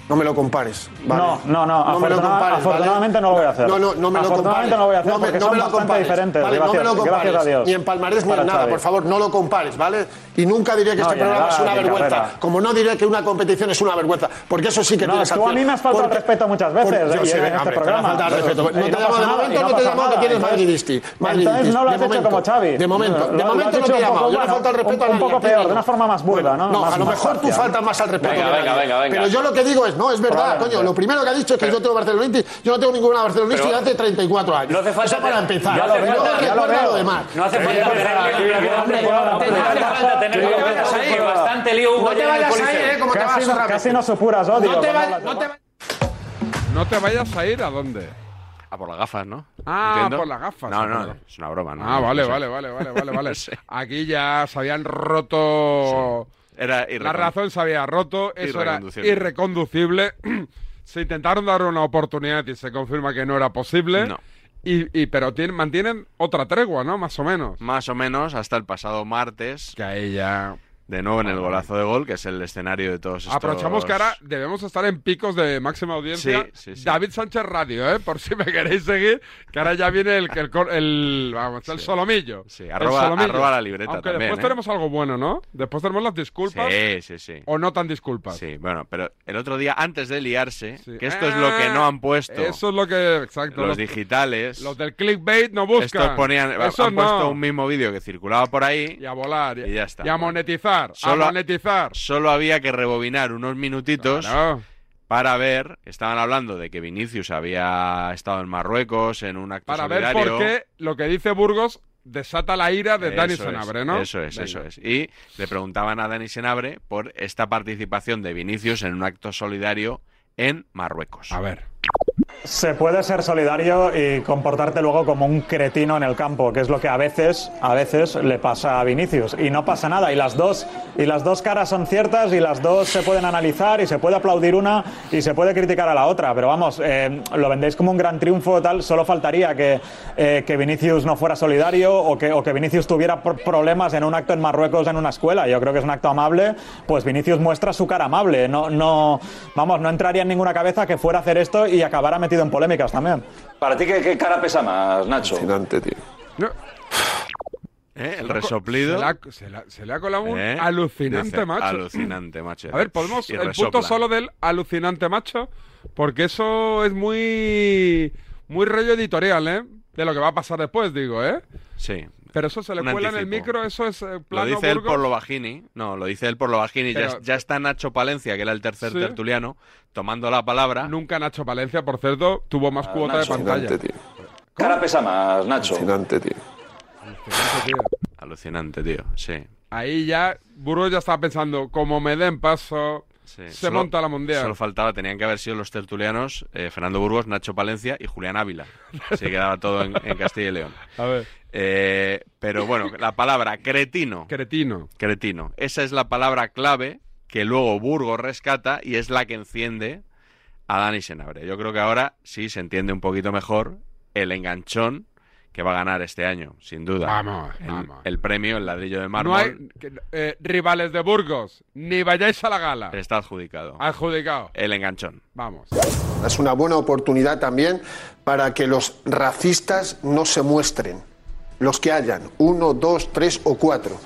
Speaker 37: No me lo compares. ¿vale?
Speaker 29: No, no, no.
Speaker 37: me lo
Speaker 29: afortuna-
Speaker 37: compares, ¿vale?
Speaker 29: afortunadamente no lo voy a hacer.
Speaker 37: No, no, no me lo compares.
Speaker 29: Afortunadamente no lo voy a hacer
Speaker 37: me-
Speaker 29: porque
Speaker 37: no
Speaker 29: son
Speaker 37: me lo
Speaker 29: bastante
Speaker 37: compares,
Speaker 29: diferentes.
Speaker 37: Vale,
Speaker 29: gracias,
Speaker 37: no me lo compares.
Speaker 29: gracias a Dios.
Speaker 37: Ni en Palmarés ni
Speaker 29: Para
Speaker 37: en nada,
Speaker 29: Xavi.
Speaker 37: por favor, no lo compares, ¿vale? Y nunca diré que
Speaker 29: No,
Speaker 37: este
Speaker 29: y en
Speaker 37: programa
Speaker 29: edad,
Speaker 37: es una
Speaker 29: ni en
Speaker 37: vergüenza.
Speaker 29: carrera.
Speaker 37: Como no diré que una competición es una vergüenza, porque eso sí [laughs] que
Speaker 29: No,
Speaker 37: tienes
Speaker 29: tú a mí me has faltado
Speaker 37: Porque-
Speaker 29: respeto muchas veces
Speaker 37: porque-
Speaker 29: eh,
Speaker 37: yo sé,
Speaker 29: en este
Speaker 37: hombre, te va a
Speaker 29: programa.
Speaker 37: faltar respeto. No
Speaker 29: Y
Speaker 37: te llamo,
Speaker 29: pasa
Speaker 37: de
Speaker 29: nada,
Speaker 37: momento
Speaker 29: y
Speaker 37: no te
Speaker 29: pasa
Speaker 37: llamo, que
Speaker 29: nada.
Speaker 37: tienes
Speaker 29: Entonces-
Speaker 37: madridisti, madridisti.
Speaker 29: Entonces no lo has hecho
Speaker 37: De momento,
Speaker 29: como Xavi.
Speaker 37: de momento,
Speaker 29: Lo-
Speaker 37: de
Speaker 29: lo has
Speaker 37: momento no
Speaker 29: hecho
Speaker 37: te
Speaker 29: un
Speaker 37: llamo,
Speaker 29: poco,
Speaker 37: yo no
Speaker 29: bueno,
Speaker 37: falto al respeto
Speaker 29: un-
Speaker 37: a
Speaker 29: Un
Speaker 37: nadie,
Speaker 29: poco
Speaker 37: aquí
Speaker 29: peor,
Speaker 37: no.
Speaker 29: de una forma más burda, ¿no?
Speaker 37: No,
Speaker 29: Más-
Speaker 37: a lo
Speaker 29: más
Speaker 37: mejor tú
Speaker 29: parcial.
Speaker 37: faltas más al respeto.
Speaker 29: Venga,
Speaker 37: que
Speaker 29: venga,
Speaker 37: nadie.
Speaker 29: venga, venga.
Speaker 37: Pero yo lo que digo es, no, es verdad,
Speaker 29: Probablemente.
Speaker 37: coño. Lo primero que ha dicho es que yo tengo barcelonitis. Yo no tengo ninguna barcelonitis
Speaker 5: Pero-
Speaker 37: desde hace 34 años.
Speaker 5: No hace falta-
Speaker 37: Eso para empezar.
Speaker 5: Ya lo veo,
Speaker 37: Y luego
Speaker 5: ya lo
Speaker 37: recuerda
Speaker 5: veo.
Speaker 37: lo demás.
Speaker 5: No hace falta tener bastante lío
Speaker 37: No te vayas ahí, ¿eh? Como te
Speaker 29: Casi
Speaker 37: vas
Speaker 29: no-
Speaker 37: otra vez.
Speaker 29: Casi nos supuras odio.
Speaker 37: No te
Speaker 29: cuando
Speaker 37: vayas-
Speaker 29: hablas de-
Speaker 1: No te vayas a ir a dónde.
Speaker 2: A por las gafas, ¿no?
Speaker 1: Ah, por las gafas.
Speaker 2: No, no,
Speaker 1: Vale.
Speaker 2: es una broma. ¿no?
Speaker 1: Ah, vale,
Speaker 2: No sé.
Speaker 1: vale, vale, vale,
Speaker 2: [laughs]
Speaker 1: vale, vale.
Speaker 2: No sé.
Speaker 1: Aquí ya se habían roto.
Speaker 2: Era
Speaker 1: La razón se había roto, eso era
Speaker 2: Irreconducible.
Speaker 1: irreconducible. [clears throat] se intentaron dar una oportunidad y se confirma que no era posible. Y, y- pero tienen, mantienen otra tregua, ¿no? Más o menos.
Speaker 2: Más o menos hasta el pasado martes.
Speaker 1: Que ahí ya.
Speaker 2: de nuevo en el golazo de gol, que es el escenario de todos estos...
Speaker 1: Aprovechamos que ahora debemos estar en picos de máxima audiencia.
Speaker 2: Sí, sí, sí.
Speaker 1: David Sánchez Radio, ¿eh? por si me [laughs] queréis seguir, que ahora ya viene el, el, cor- el- vamos, el solomillo.
Speaker 2: Sí, arroba- arroba la libreta
Speaker 1: Aunque
Speaker 2: también,
Speaker 1: después
Speaker 2: ¿eh?
Speaker 1: tenemos algo bueno, ¿no? Después tenemos las disculpas.
Speaker 2: Sí, sí, sí.
Speaker 1: O no tan disculpas.
Speaker 2: Sí, bueno, pero el otro día, antes de liarse, que esto es lo que no han puesto
Speaker 1: Ah, Eso es lo que. Exacto.
Speaker 2: los digitales,
Speaker 1: Los del clickbait no buscan.
Speaker 2: estos ponían,
Speaker 1: Eso
Speaker 2: han puesto
Speaker 1: no.
Speaker 2: un mismo vídeo que circulaba por ahí
Speaker 1: Y a volar.
Speaker 2: y ya está.
Speaker 1: Y a monetizar.
Speaker 2: Solo-
Speaker 1: a monetizar.
Speaker 2: Solo había que rebobinar unos minutitos para ver, estaban hablando de que Vinicius había estado en Marruecos en un acto
Speaker 1: Para ver
Speaker 2: solidario.
Speaker 1: por qué lo que dice Burgos desata la ira de Dani
Speaker 2: Eso es,
Speaker 1: Sanabre, ¿no?
Speaker 2: Eso es,
Speaker 1: Venga.
Speaker 2: eso es. Y le preguntaban a Dani Senabre por esta participación de Vinicius en un acto solidario en Marruecos. A
Speaker 1: ver.
Speaker 29: Se puede ser solidario y comportarte luego como un cretino en el campo, que es lo que a veces, a veces le pasa a Vinicius. Y no pasa nada. Y las dos, y las dos caras son ciertas y las dos se pueden analizar y se puede aplaudir una y se puede criticar a la otra. Pero vamos, eh, lo vendéis como un gran triunfo tal. Solo faltaría que, eh, que Vinicius no fuera solidario o que, o que Vinicius tuviera por- problemas en un acto en Marruecos en una escuela. Yo creo que es un acto amable. Pues Vinicius muestra su cara amable. No, no, vamos, no entraría en ninguna cabeza que fuera a hacer esto y acabara metido en polémicas también.
Speaker 6: ¿Para ti qué, qué cara pesa más, Nacho?
Speaker 37: tío.
Speaker 2: ¿Eh? El
Speaker 1: Se la-
Speaker 2: resoplido.
Speaker 1: Se le ha- se le ha- se le ha colado un
Speaker 2: ¿Eh?
Speaker 1: alucinante
Speaker 2: Dice,
Speaker 1: macho.
Speaker 2: Alucinante macho.
Speaker 1: A ver, podemos
Speaker 2: Y
Speaker 1: el punto
Speaker 2: resopla.
Speaker 1: solo del alucinante macho, porque eso es muy muy rollo editorial, ¿eh? De lo que va a pasar después, digo, ¿eh?
Speaker 2: Sí.
Speaker 1: Pero eso se le
Speaker 2: Un
Speaker 1: cuela en el
Speaker 2: anticipo.
Speaker 1: micro, eso es eh,
Speaker 2: Lo
Speaker 1: plano
Speaker 2: dice él
Speaker 1: Burgos.
Speaker 2: por lo bajini. No, lo dice él por lo bajini. Ya-
Speaker 1: Pero-
Speaker 2: ya, está Nacho Palencia, que era el tercer
Speaker 1: Sí.
Speaker 2: tertuliano, tomando la palabra.
Speaker 1: Nunca Nacho Palencia, por cierto, tuvo
Speaker 2: Ah,
Speaker 1: más cuota de pantalla.
Speaker 6: Cara pesa más, Nacho.
Speaker 2: tío. Alucinante, tío. Sí.
Speaker 1: Ahí ya Burgos ya estaba pensando, como me den paso,
Speaker 2: Sí,
Speaker 1: se
Speaker 2: solo-
Speaker 1: monta la mundial.
Speaker 2: Solo faltaba, tenían que haber sido los tertulianos eh, Fernando Burgos, Nacho Palencia y Julián Ávila. Se quedaba todo en, en Castilla y León.
Speaker 1: [laughs] A ver.
Speaker 2: Eh, pero bueno, la palabra cretino.
Speaker 1: Cretino.
Speaker 2: Cretino. Esa es la palabra clave que luego Burgos rescata y es la que enciende a Dani Senabre. Yo creo que ahora sí se entiende un poquito mejor el enganchón que va a ganar este año, sin duda.
Speaker 1: Vamos,
Speaker 2: el, el premio, el ladrillo de mármol,
Speaker 1: No hay que- eh, rivales de Burgos, ni vayáis a la gala.
Speaker 2: está adjudicado.
Speaker 1: Adjudicado.
Speaker 2: El enganchón.
Speaker 1: Vamos.
Speaker 37: Es una buena oportunidad también para que los racistas no se muestren, los que hayan, uno, dos, tres o cuatro.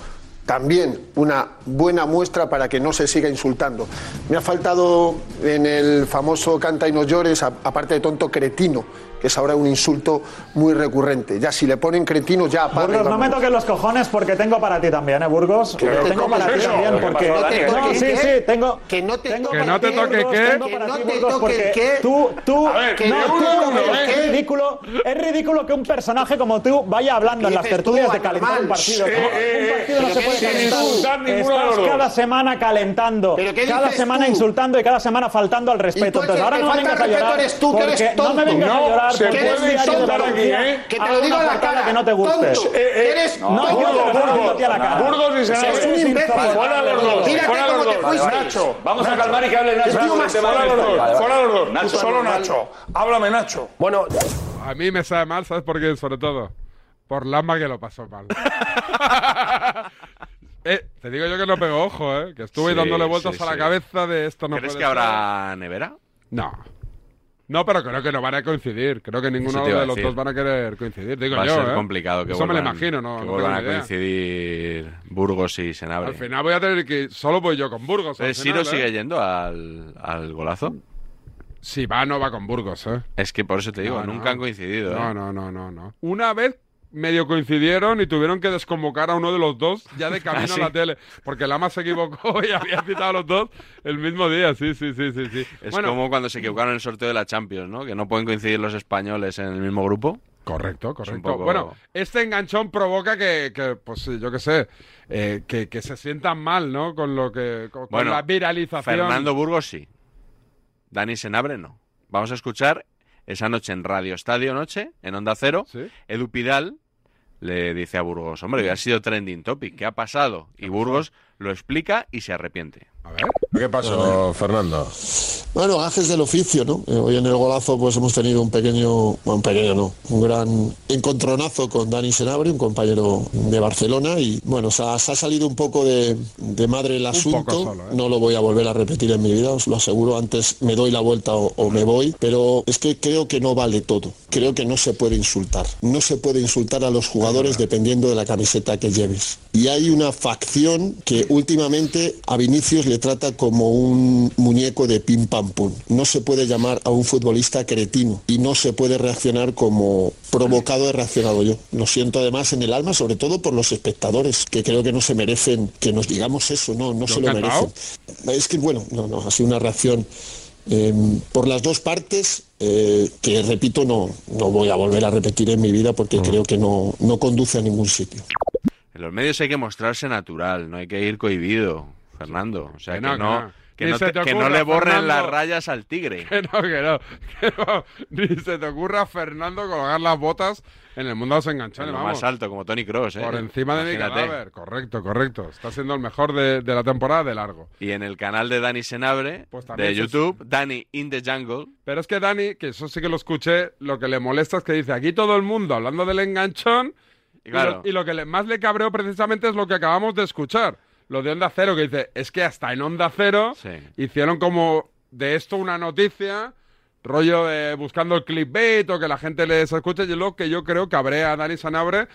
Speaker 37: También una buena muestra para que no se siga insultando. Me ha faltado en el famoso Canta y no llores, a- aparte de tonto, cretino, que es ahora un insulto muy recurrente. Ya si le ponen cretino, ya apaga.
Speaker 29: Burgos, no me toques los cojones porque tengo para ti también, ¿eh, Burgos?
Speaker 37: Que no te
Speaker 29: tengo para ti
Speaker 37: comas eso.
Speaker 29: también
Speaker 37: ¿Qué
Speaker 29: porque...
Speaker 37: pasó, Dani? ¿Que no
Speaker 29: No,
Speaker 37: te
Speaker 29: sí,
Speaker 37: toques
Speaker 29: sí,
Speaker 37: qué?
Speaker 29: tengo...
Speaker 37: Que no te
Speaker 29: tengo
Speaker 37: toques
Speaker 29: para
Speaker 37: qué,
Speaker 29: ti, Burgos,
Speaker 37: Burgos,
Speaker 29: tengo
Speaker 37: que
Speaker 29: para
Speaker 37: no
Speaker 29: ti,
Speaker 37: te
Speaker 29: Burgos,
Speaker 37: toques
Speaker 29: porque
Speaker 37: qué.
Speaker 29: Tú, tú...
Speaker 37: A ver,
Speaker 29: que
Speaker 37: que
Speaker 29: no,
Speaker 37: uno,
Speaker 29: tú,
Speaker 37: uno,
Speaker 29: Burgos,
Speaker 37: ¿eh?
Speaker 29: Es ridículo, es ridículo que un personaje como tú vaya hablando en las tertulias de calentar un partido.
Speaker 37: Sí,
Speaker 29: ¿no?
Speaker 37: eh,
Speaker 29: Un partido no
Speaker 37: eh,
Speaker 29: se
Speaker 37: ¿qué
Speaker 29: puede
Speaker 37: dices
Speaker 29: calentar.
Speaker 37: tú? Ninguno de los
Speaker 29: Estás
Speaker 37: dos.
Speaker 29: cada semana calentando,
Speaker 37: qué
Speaker 29: cada
Speaker 37: dices
Speaker 29: semana
Speaker 37: tú?
Speaker 29: insultando y cada semana faltando al
Speaker 37: Y tú
Speaker 29: respeto.
Speaker 37: el que
Speaker 29: Entonces, ahora
Speaker 37: te
Speaker 29: no me
Speaker 37: falta
Speaker 29: vengas a
Speaker 37: respeto
Speaker 29: llorar
Speaker 37: eres tú, que eres
Speaker 29: porque no me
Speaker 37: tonto.
Speaker 29: vengas a
Speaker 37: No,
Speaker 29: llorar
Speaker 37: se
Speaker 29: porque
Speaker 37: puede
Speaker 29: es diario de
Speaker 37: insultar aquí,
Speaker 29: Andalucía.
Speaker 37: ¿eh? Que te lo
Speaker 29: Haz
Speaker 37: digo
Speaker 29: una
Speaker 37: a la
Speaker 29: portada
Speaker 37: cara,
Speaker 29: que no te guste.
Speaker 37: tonto. Eh, eh, Eres
Speaker 29: No,
Speaker 37: tonto,
Speaker 29: no, no,
Speaker 37: Burgos.
Speaker 29: no, no, a la cara.
Speaker 37: Burgos y Senabre.
Speaker 29: Es un
Speaker 37: Es un
Speaker 29: imbécil.
Speaker 37: imbécil. Fuera los dos,
Speaker 29: Mírate
Speaker 37: fuera los
Speaker 29: cómo te
Speaker 1: pues,
Speaker 37: dos.
Speaker 29: fuiste.
Speaker 37: Vale, vale. Nacho.
Speaker 6: Vamos a
Speaker 37: Nacho.
Speaker 6: calmar y que hable Nacho. Nacho, sobre el tema
Speaker 1: fuera
Speaker 6: del
Speaker 1: los dos,
Speaker 6: Vale, vale.
Speaker 1: fuera los dos. Solo
Speaker 6: normal.
Speaker 1: Nacho.
Speaker 6: Háblame, Nacho.
Speaker 1: Bueno, a mí me sabe mal, ¿sabes por qué? Sobre todo, por Lama que lo
Speaker 2: [laughs]
Speaker 1: pasó mal. Eh, te digo yo que no pego ojo, ¿eh? Que estuve
Speaker 2: Sí,
Speaker 1: dándole vueltas
Speaker 2: sí,
Speaker 1: a la
Speaker 2: sí.
Speaker 1: cabeza de esto no
Speaker 2: ¿Crees
Speaker 1: puede
Speaker 2: que
Speaker 1: ser.
Speaker 2: habrá nevera?
Speaker 1: No. No, pero creo que no van a coincidir. Creo que ninguno
Speaker 2: Eso te iba
Speaker 1: de
Speaker 2: a
Speaker 1: los
Speaker 2: decir.
Speaker 1: dos van a querer coincidir. Digo
Speaker 2: Va
Speaker 1: yo,
Speaker 2: a ser
Speaker 1: ¿eh?
Speaker 2: complicado que
Speaker 1: Eso
Speaker 2: vuelvan,
Speaker 1: me lo imagino, ¿no?
Speaker 2: que
Speaker 1: no
Speaker 2: vuelvan
Speaker 1: tengo
Speaker 2: a
Speaker 1: ni idea.
Speaker 2: coincidir Burgos y Senabre.
Speaker 1: Al final voy a tener que... Solo voy yo con Burgos. al
Speaker 2: Eh,
Speaker 1: final,
Speaker 2: ¿Siro
Speaker 1: ¿eh?
Speaker 2: sigue yendo al, al golazo?
Speaker 1: Si va, no va con Burgos, ¿eh?
Speaker 2: Es que por eso te digo,
Speaker 1: No, no.
Speaker 2: nunca han coincidido.
Speaker 1: No,
Speaker 2: ¿eh?
Speaker 1: no, no, no, no. Una vez medio coincidieron y tuvieron que desconvocar a uno de los dos ya de camino
Speaker 2: [laughs] ¿Ah, sí?
Speaker 1: a la tele. Porque Lama se equivocó
Speaker 2: [laughs]
Speaker 1: y había citado a los dos el mismo día. Sí, sí, sí, sí. sí.
Speaker 2: Es
Speaker 1: Bueno,
Speaker 2: como cuando se equivocaron en el sorteo de la Champions, ¿no? Que no pueden coincidir los españoles en el mismo grupo.
Speaker 1: Correcto,
Speaker 2: correcto.
Speaker 1: Bueno, este enganchón provoca que, que, pues sí, yo qué sé, eh, que, que se sientan mal, ¿no? Con lo que con, con la viralización.
Speaker 2: Fernando Burgos sí. Dani Senabre no. Vamos a escuchar esa noche en Radio Estadio Noche, en Onda Cero. Edu Pidal le dice a Burgos, hombre, ha sido trending topic, ¿qué ha pasado? Y Burgos lo explica y se arrepiente.
Speaker 47: ¿Qué pasó, Fernando?
Speaker 37: Bueno, haces del oficio, ¿no? Eh, Hoy en el golazo pues hemos tenido un pequeño, bueno, un pequeño no, un gran encontronazo con Dani Senabre, un compañero de Barcelona y bueno, se ha, se ha salido un poco de, de madre el asunto. No lo voy a volver a repetir en mi vida, os lo aseguro. Antes me doy la vuelta o, o me voy, pero es que creo que no vale todo. Creo que no se puede insultar. No se puede insultar a los jugadores dependiendo de la camiseta que lleves. Y hay una facción que últimamente a Vinicius le trata como un muñeco de pim pam pum. No se puede llamar a un futbolista cretino y no se puede reaccionar como provocado he reaccionado yo. Lo siento además en el alma, sobre todo por los espectadores, que creo que no se merecen que nos digamos eso, no, no se lo merecen.
Speaker 48: cantao?
Speaker 37: Es que bueno, no, no, ha sido una reacción eh, por las dos partes, eh, que repito, no, no voy a volver a repetir en mi vida porque creo que no, no conduce a ningún sitio.
Speaker 2: En los medios hay que mostrarse natural, no hay que ir cohibido, Fernando. O sea, que
Speaker 1: Que no,
Speaker 2: no, que
Speaker 1: que
Speaker 2: no,
Speaker 1: no. Ni se
Speaker 2: te-
Speaker 1: te
Speaker 2: que no
Speaker 1: ocurra,
Speaker 2: le borren
Speaker 1: Fernando.
Speaker 2: las rayas al tigre.
Speaker 1: [laughs] Que no, que no, que no. Ni se te ocurra, Fernando, colocar las botas en el mundo de los enganchones.
Speaker 2: En lo
Speaker 1: vamos.
Speaker 2: más alto, como Tony Cross, ¿eh?
Speaker 1: Por encima de mi
Speaker 2: Imagínate.
Speaker 1: cadáver. Correcto, correcto. Está siendo el mejor de, de la temporada de largo.
Speaker 2: Y en el canal de Dani Senabre,
Speaker 1: Pues también
Speaker 2: de
Speaker 1: se-
Speaker 2: YouTube, Dani in the Jungle.
Speaker 1: Pero es que Dani, que eso sí que lo escuché, lo que le molesta es que dice aquí todo el mundo hablando del enganchón. Y,
Speaker 2: claro.
Speaker 1: lo, y lo que le- más le cabreó precisamente es lo que acabamos de escuchar. Lo de Onda Cero, que dice, es que hasta en Onda Cero hicieron como de esto una noticia, rollo de buscando el clickbait o que la gente les escuche, y es lo que yo creo cabrea a Dani Sanabre,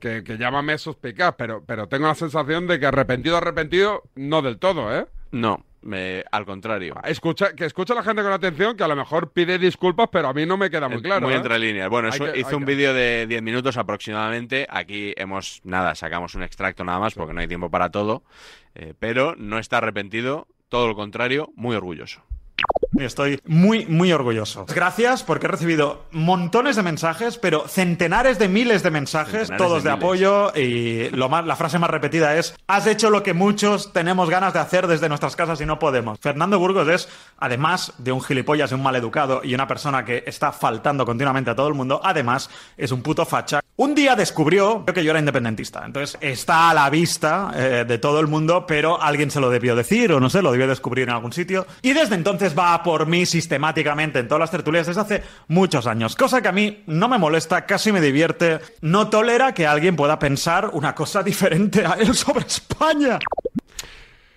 Speaker 1: que, que llámame suspicaz, pero, pero tengo la sensación de que arrepentido, arrepentido, no del todo, ¿eh?
Speaker 2: No, me- al contrario.
Speaker 1: Escucha, que escucha la gente con atención, que a lo mejor pide disculpas, pero a mí no me queda muy
Speaker 2: En-
Speaker 1: claro.
Speaker 2: Muy
Speaker 1: ¿eh?
Speaker 2: entre líneas. Bueno,
Speaker 1: Hay
Speaker 2: eso-
Speaker 1: que- hay
Speaker 2: hizo un
Speaker 1: que-
Speaker 2: vídeo de 10 minutos aproximadamente. Aquí hemos, nada, sacamos un extracto nada más porque no hay tiempo para todo. Eh, pero no está arrepentido, todo lo contrario, muy orgulloso.
Speaker 29: Estoy muy, muy orgulloso. Gracias porque he recibido montones de mensajes, pero centenares de miles de mensajes,
Speaker 2: Centenares
Speaker 29: todos
Speaker 2: de
Speaker 29: de, apoyo y lo más, la frase más repetida es, has hecho lo que muchos tenemos ganas de hacer desde nuestras casas y no podemos. Fernando Burgos es, además de un gilipollas y un maleducado y una persona que está faltando continuamente a todo el mundo, además es un puto facha. Un día descubrió que yo era independentista, entonces está a la vista eh, de todo el mundo, pero alguien se lo debió decir o no sé, lo debió descubrir en algún sitio. Y desde entonces va a por mí sistemáticamente en todas las tertulias desde hace muchos años. Cosa que a mí no me molesta, casi me divierte. No tolera que alguien pueda pensar una cosa [laughs] diferente a él sobre España.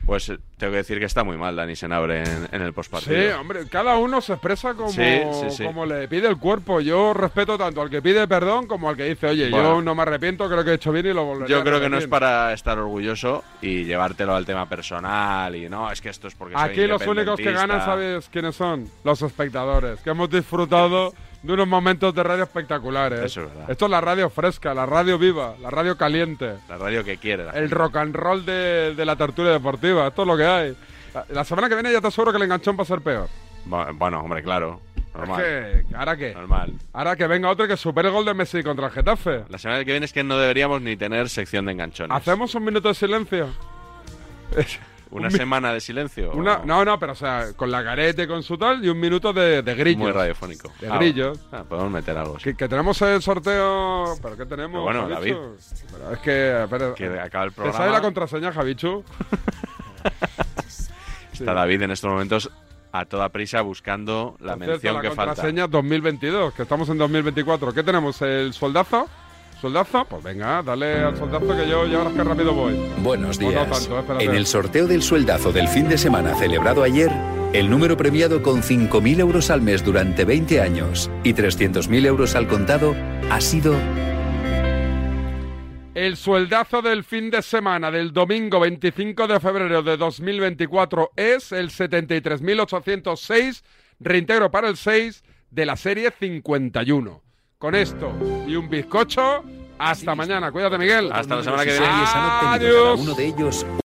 Speaker 2: Pues eh, tengo que decir que está muy mal Dani Senabre en, en el postpartido.
Speaker 1: Sí, hombre, cada uno se expresa como,
Speaker 2: Sí, sí, sí.
Speaker 1: como le pide el cuerpo. Yo respeto tanto al que pide perdón como al que dice, oye, yo
Speaker 2: Bueno.
Speaker 1: no me arrepiento, creo que he hecho bien y lo volveré a
Speaker 2: Yo creo que no es
Speaker 1: repetir".
Speaker 2: para estar orgulloso y llevártelo al tema personal y no, es que esto es porque soy
Speaker 1: Aquí los únicos que ganan,
Speaker 2: independentista.
Speaker 1: ¿sabes quiénes son? Los espectadores, que hemos disfrutado de unos momentos de radio espectaculares.
Speaker 2: Eso es verdad.
Speaker 1: Esto es la radio fresca, la radio viva, la radio caliente.
Speaker 2: La radio que quiere. la
Speaker 1: El
Speaker 2: gente.
Speaker 1: rock and roll de, de la tertulia deportiva, esto es lo que hay. La- La semana que viene ya te aseguro que el enganchón va a ser peor.
Speaker 2: Bu- Bueno, hombre, claro. Normal.
Speaker 1: Es que, ¿Ahora qué?
Speaker 2: Normal.
Speaker 1: Ahora que venga otro que supere el gol de Messi contra el Getafe.
Speaker 2: La semana que viene es que no deberíamos ni tener sección de enganchones.
Speaker 1: ¿Hacemos un minuto de silencio?
Speaker 2: [laughs] Una
Speaker 1: un mi-
Speaker 2: semana de silencio.
Speaker 1: Una- no, no, pero o sea, con la careta y con su tal y un minuto de, de grillos.
Speaker 2: Muy radiofónico.
Speaker 1: De
Speaker 2: Ah,
Speaker 1: grillos.
Speaker 2: ah, podemos meter algo. sí.
Speaker 1: Que, que tenemos el sorteo... ¿Pero qué tenemos?
Speaker 2: Pero bueno,
Speaker 1: Javichu?
Speaker 2: David.
Speaker 1: Pero es que... espera,
Speaker 2: Que acaba el
Speaker 1: ¿Te
Speaker 2: programa.
Speaker 1: sabes la contraseña, Javichu?
Speaker 2: [laughs]
Speaker 1: [laughs]
Speaker 2: Está David en estos momentos a toda prisa buscando la
Speaker 1: Por cierto,
Speaker 2: mención que
Speaker 1: la
Speaker 2: falta.
Speaker 1: contraseña 2022, que estamos en 2024. ¿Qué tenemos? ¿El soldazo? ¿Soldazo? Pues venga, dale al soldazo que yo ya verás que rápido voy.
Speaker 9: Buenos
Speaker 1: O no
Speaker 9: días.
Speaker 1: tanto, eh, espérate.
Speaker 9: en el sorteo del sueldazo del fin de semana celebrado ayer, el número premiado con 5.000 euros al mes durante 20 años y 300.000 euros al contado ha sido
Speaker 1: El sueldazo del fin de semana del domingo 25 de febrero de 2024 es el 73.806, reintegro para el 6 de la serie 51. Con esto y un bizcocho, hasta mañana. Cuídate, Miguel.
Speaker 9: Hasta la semana que viene.
Speaker 1: Adiós.
Speaker 9: uno de ellos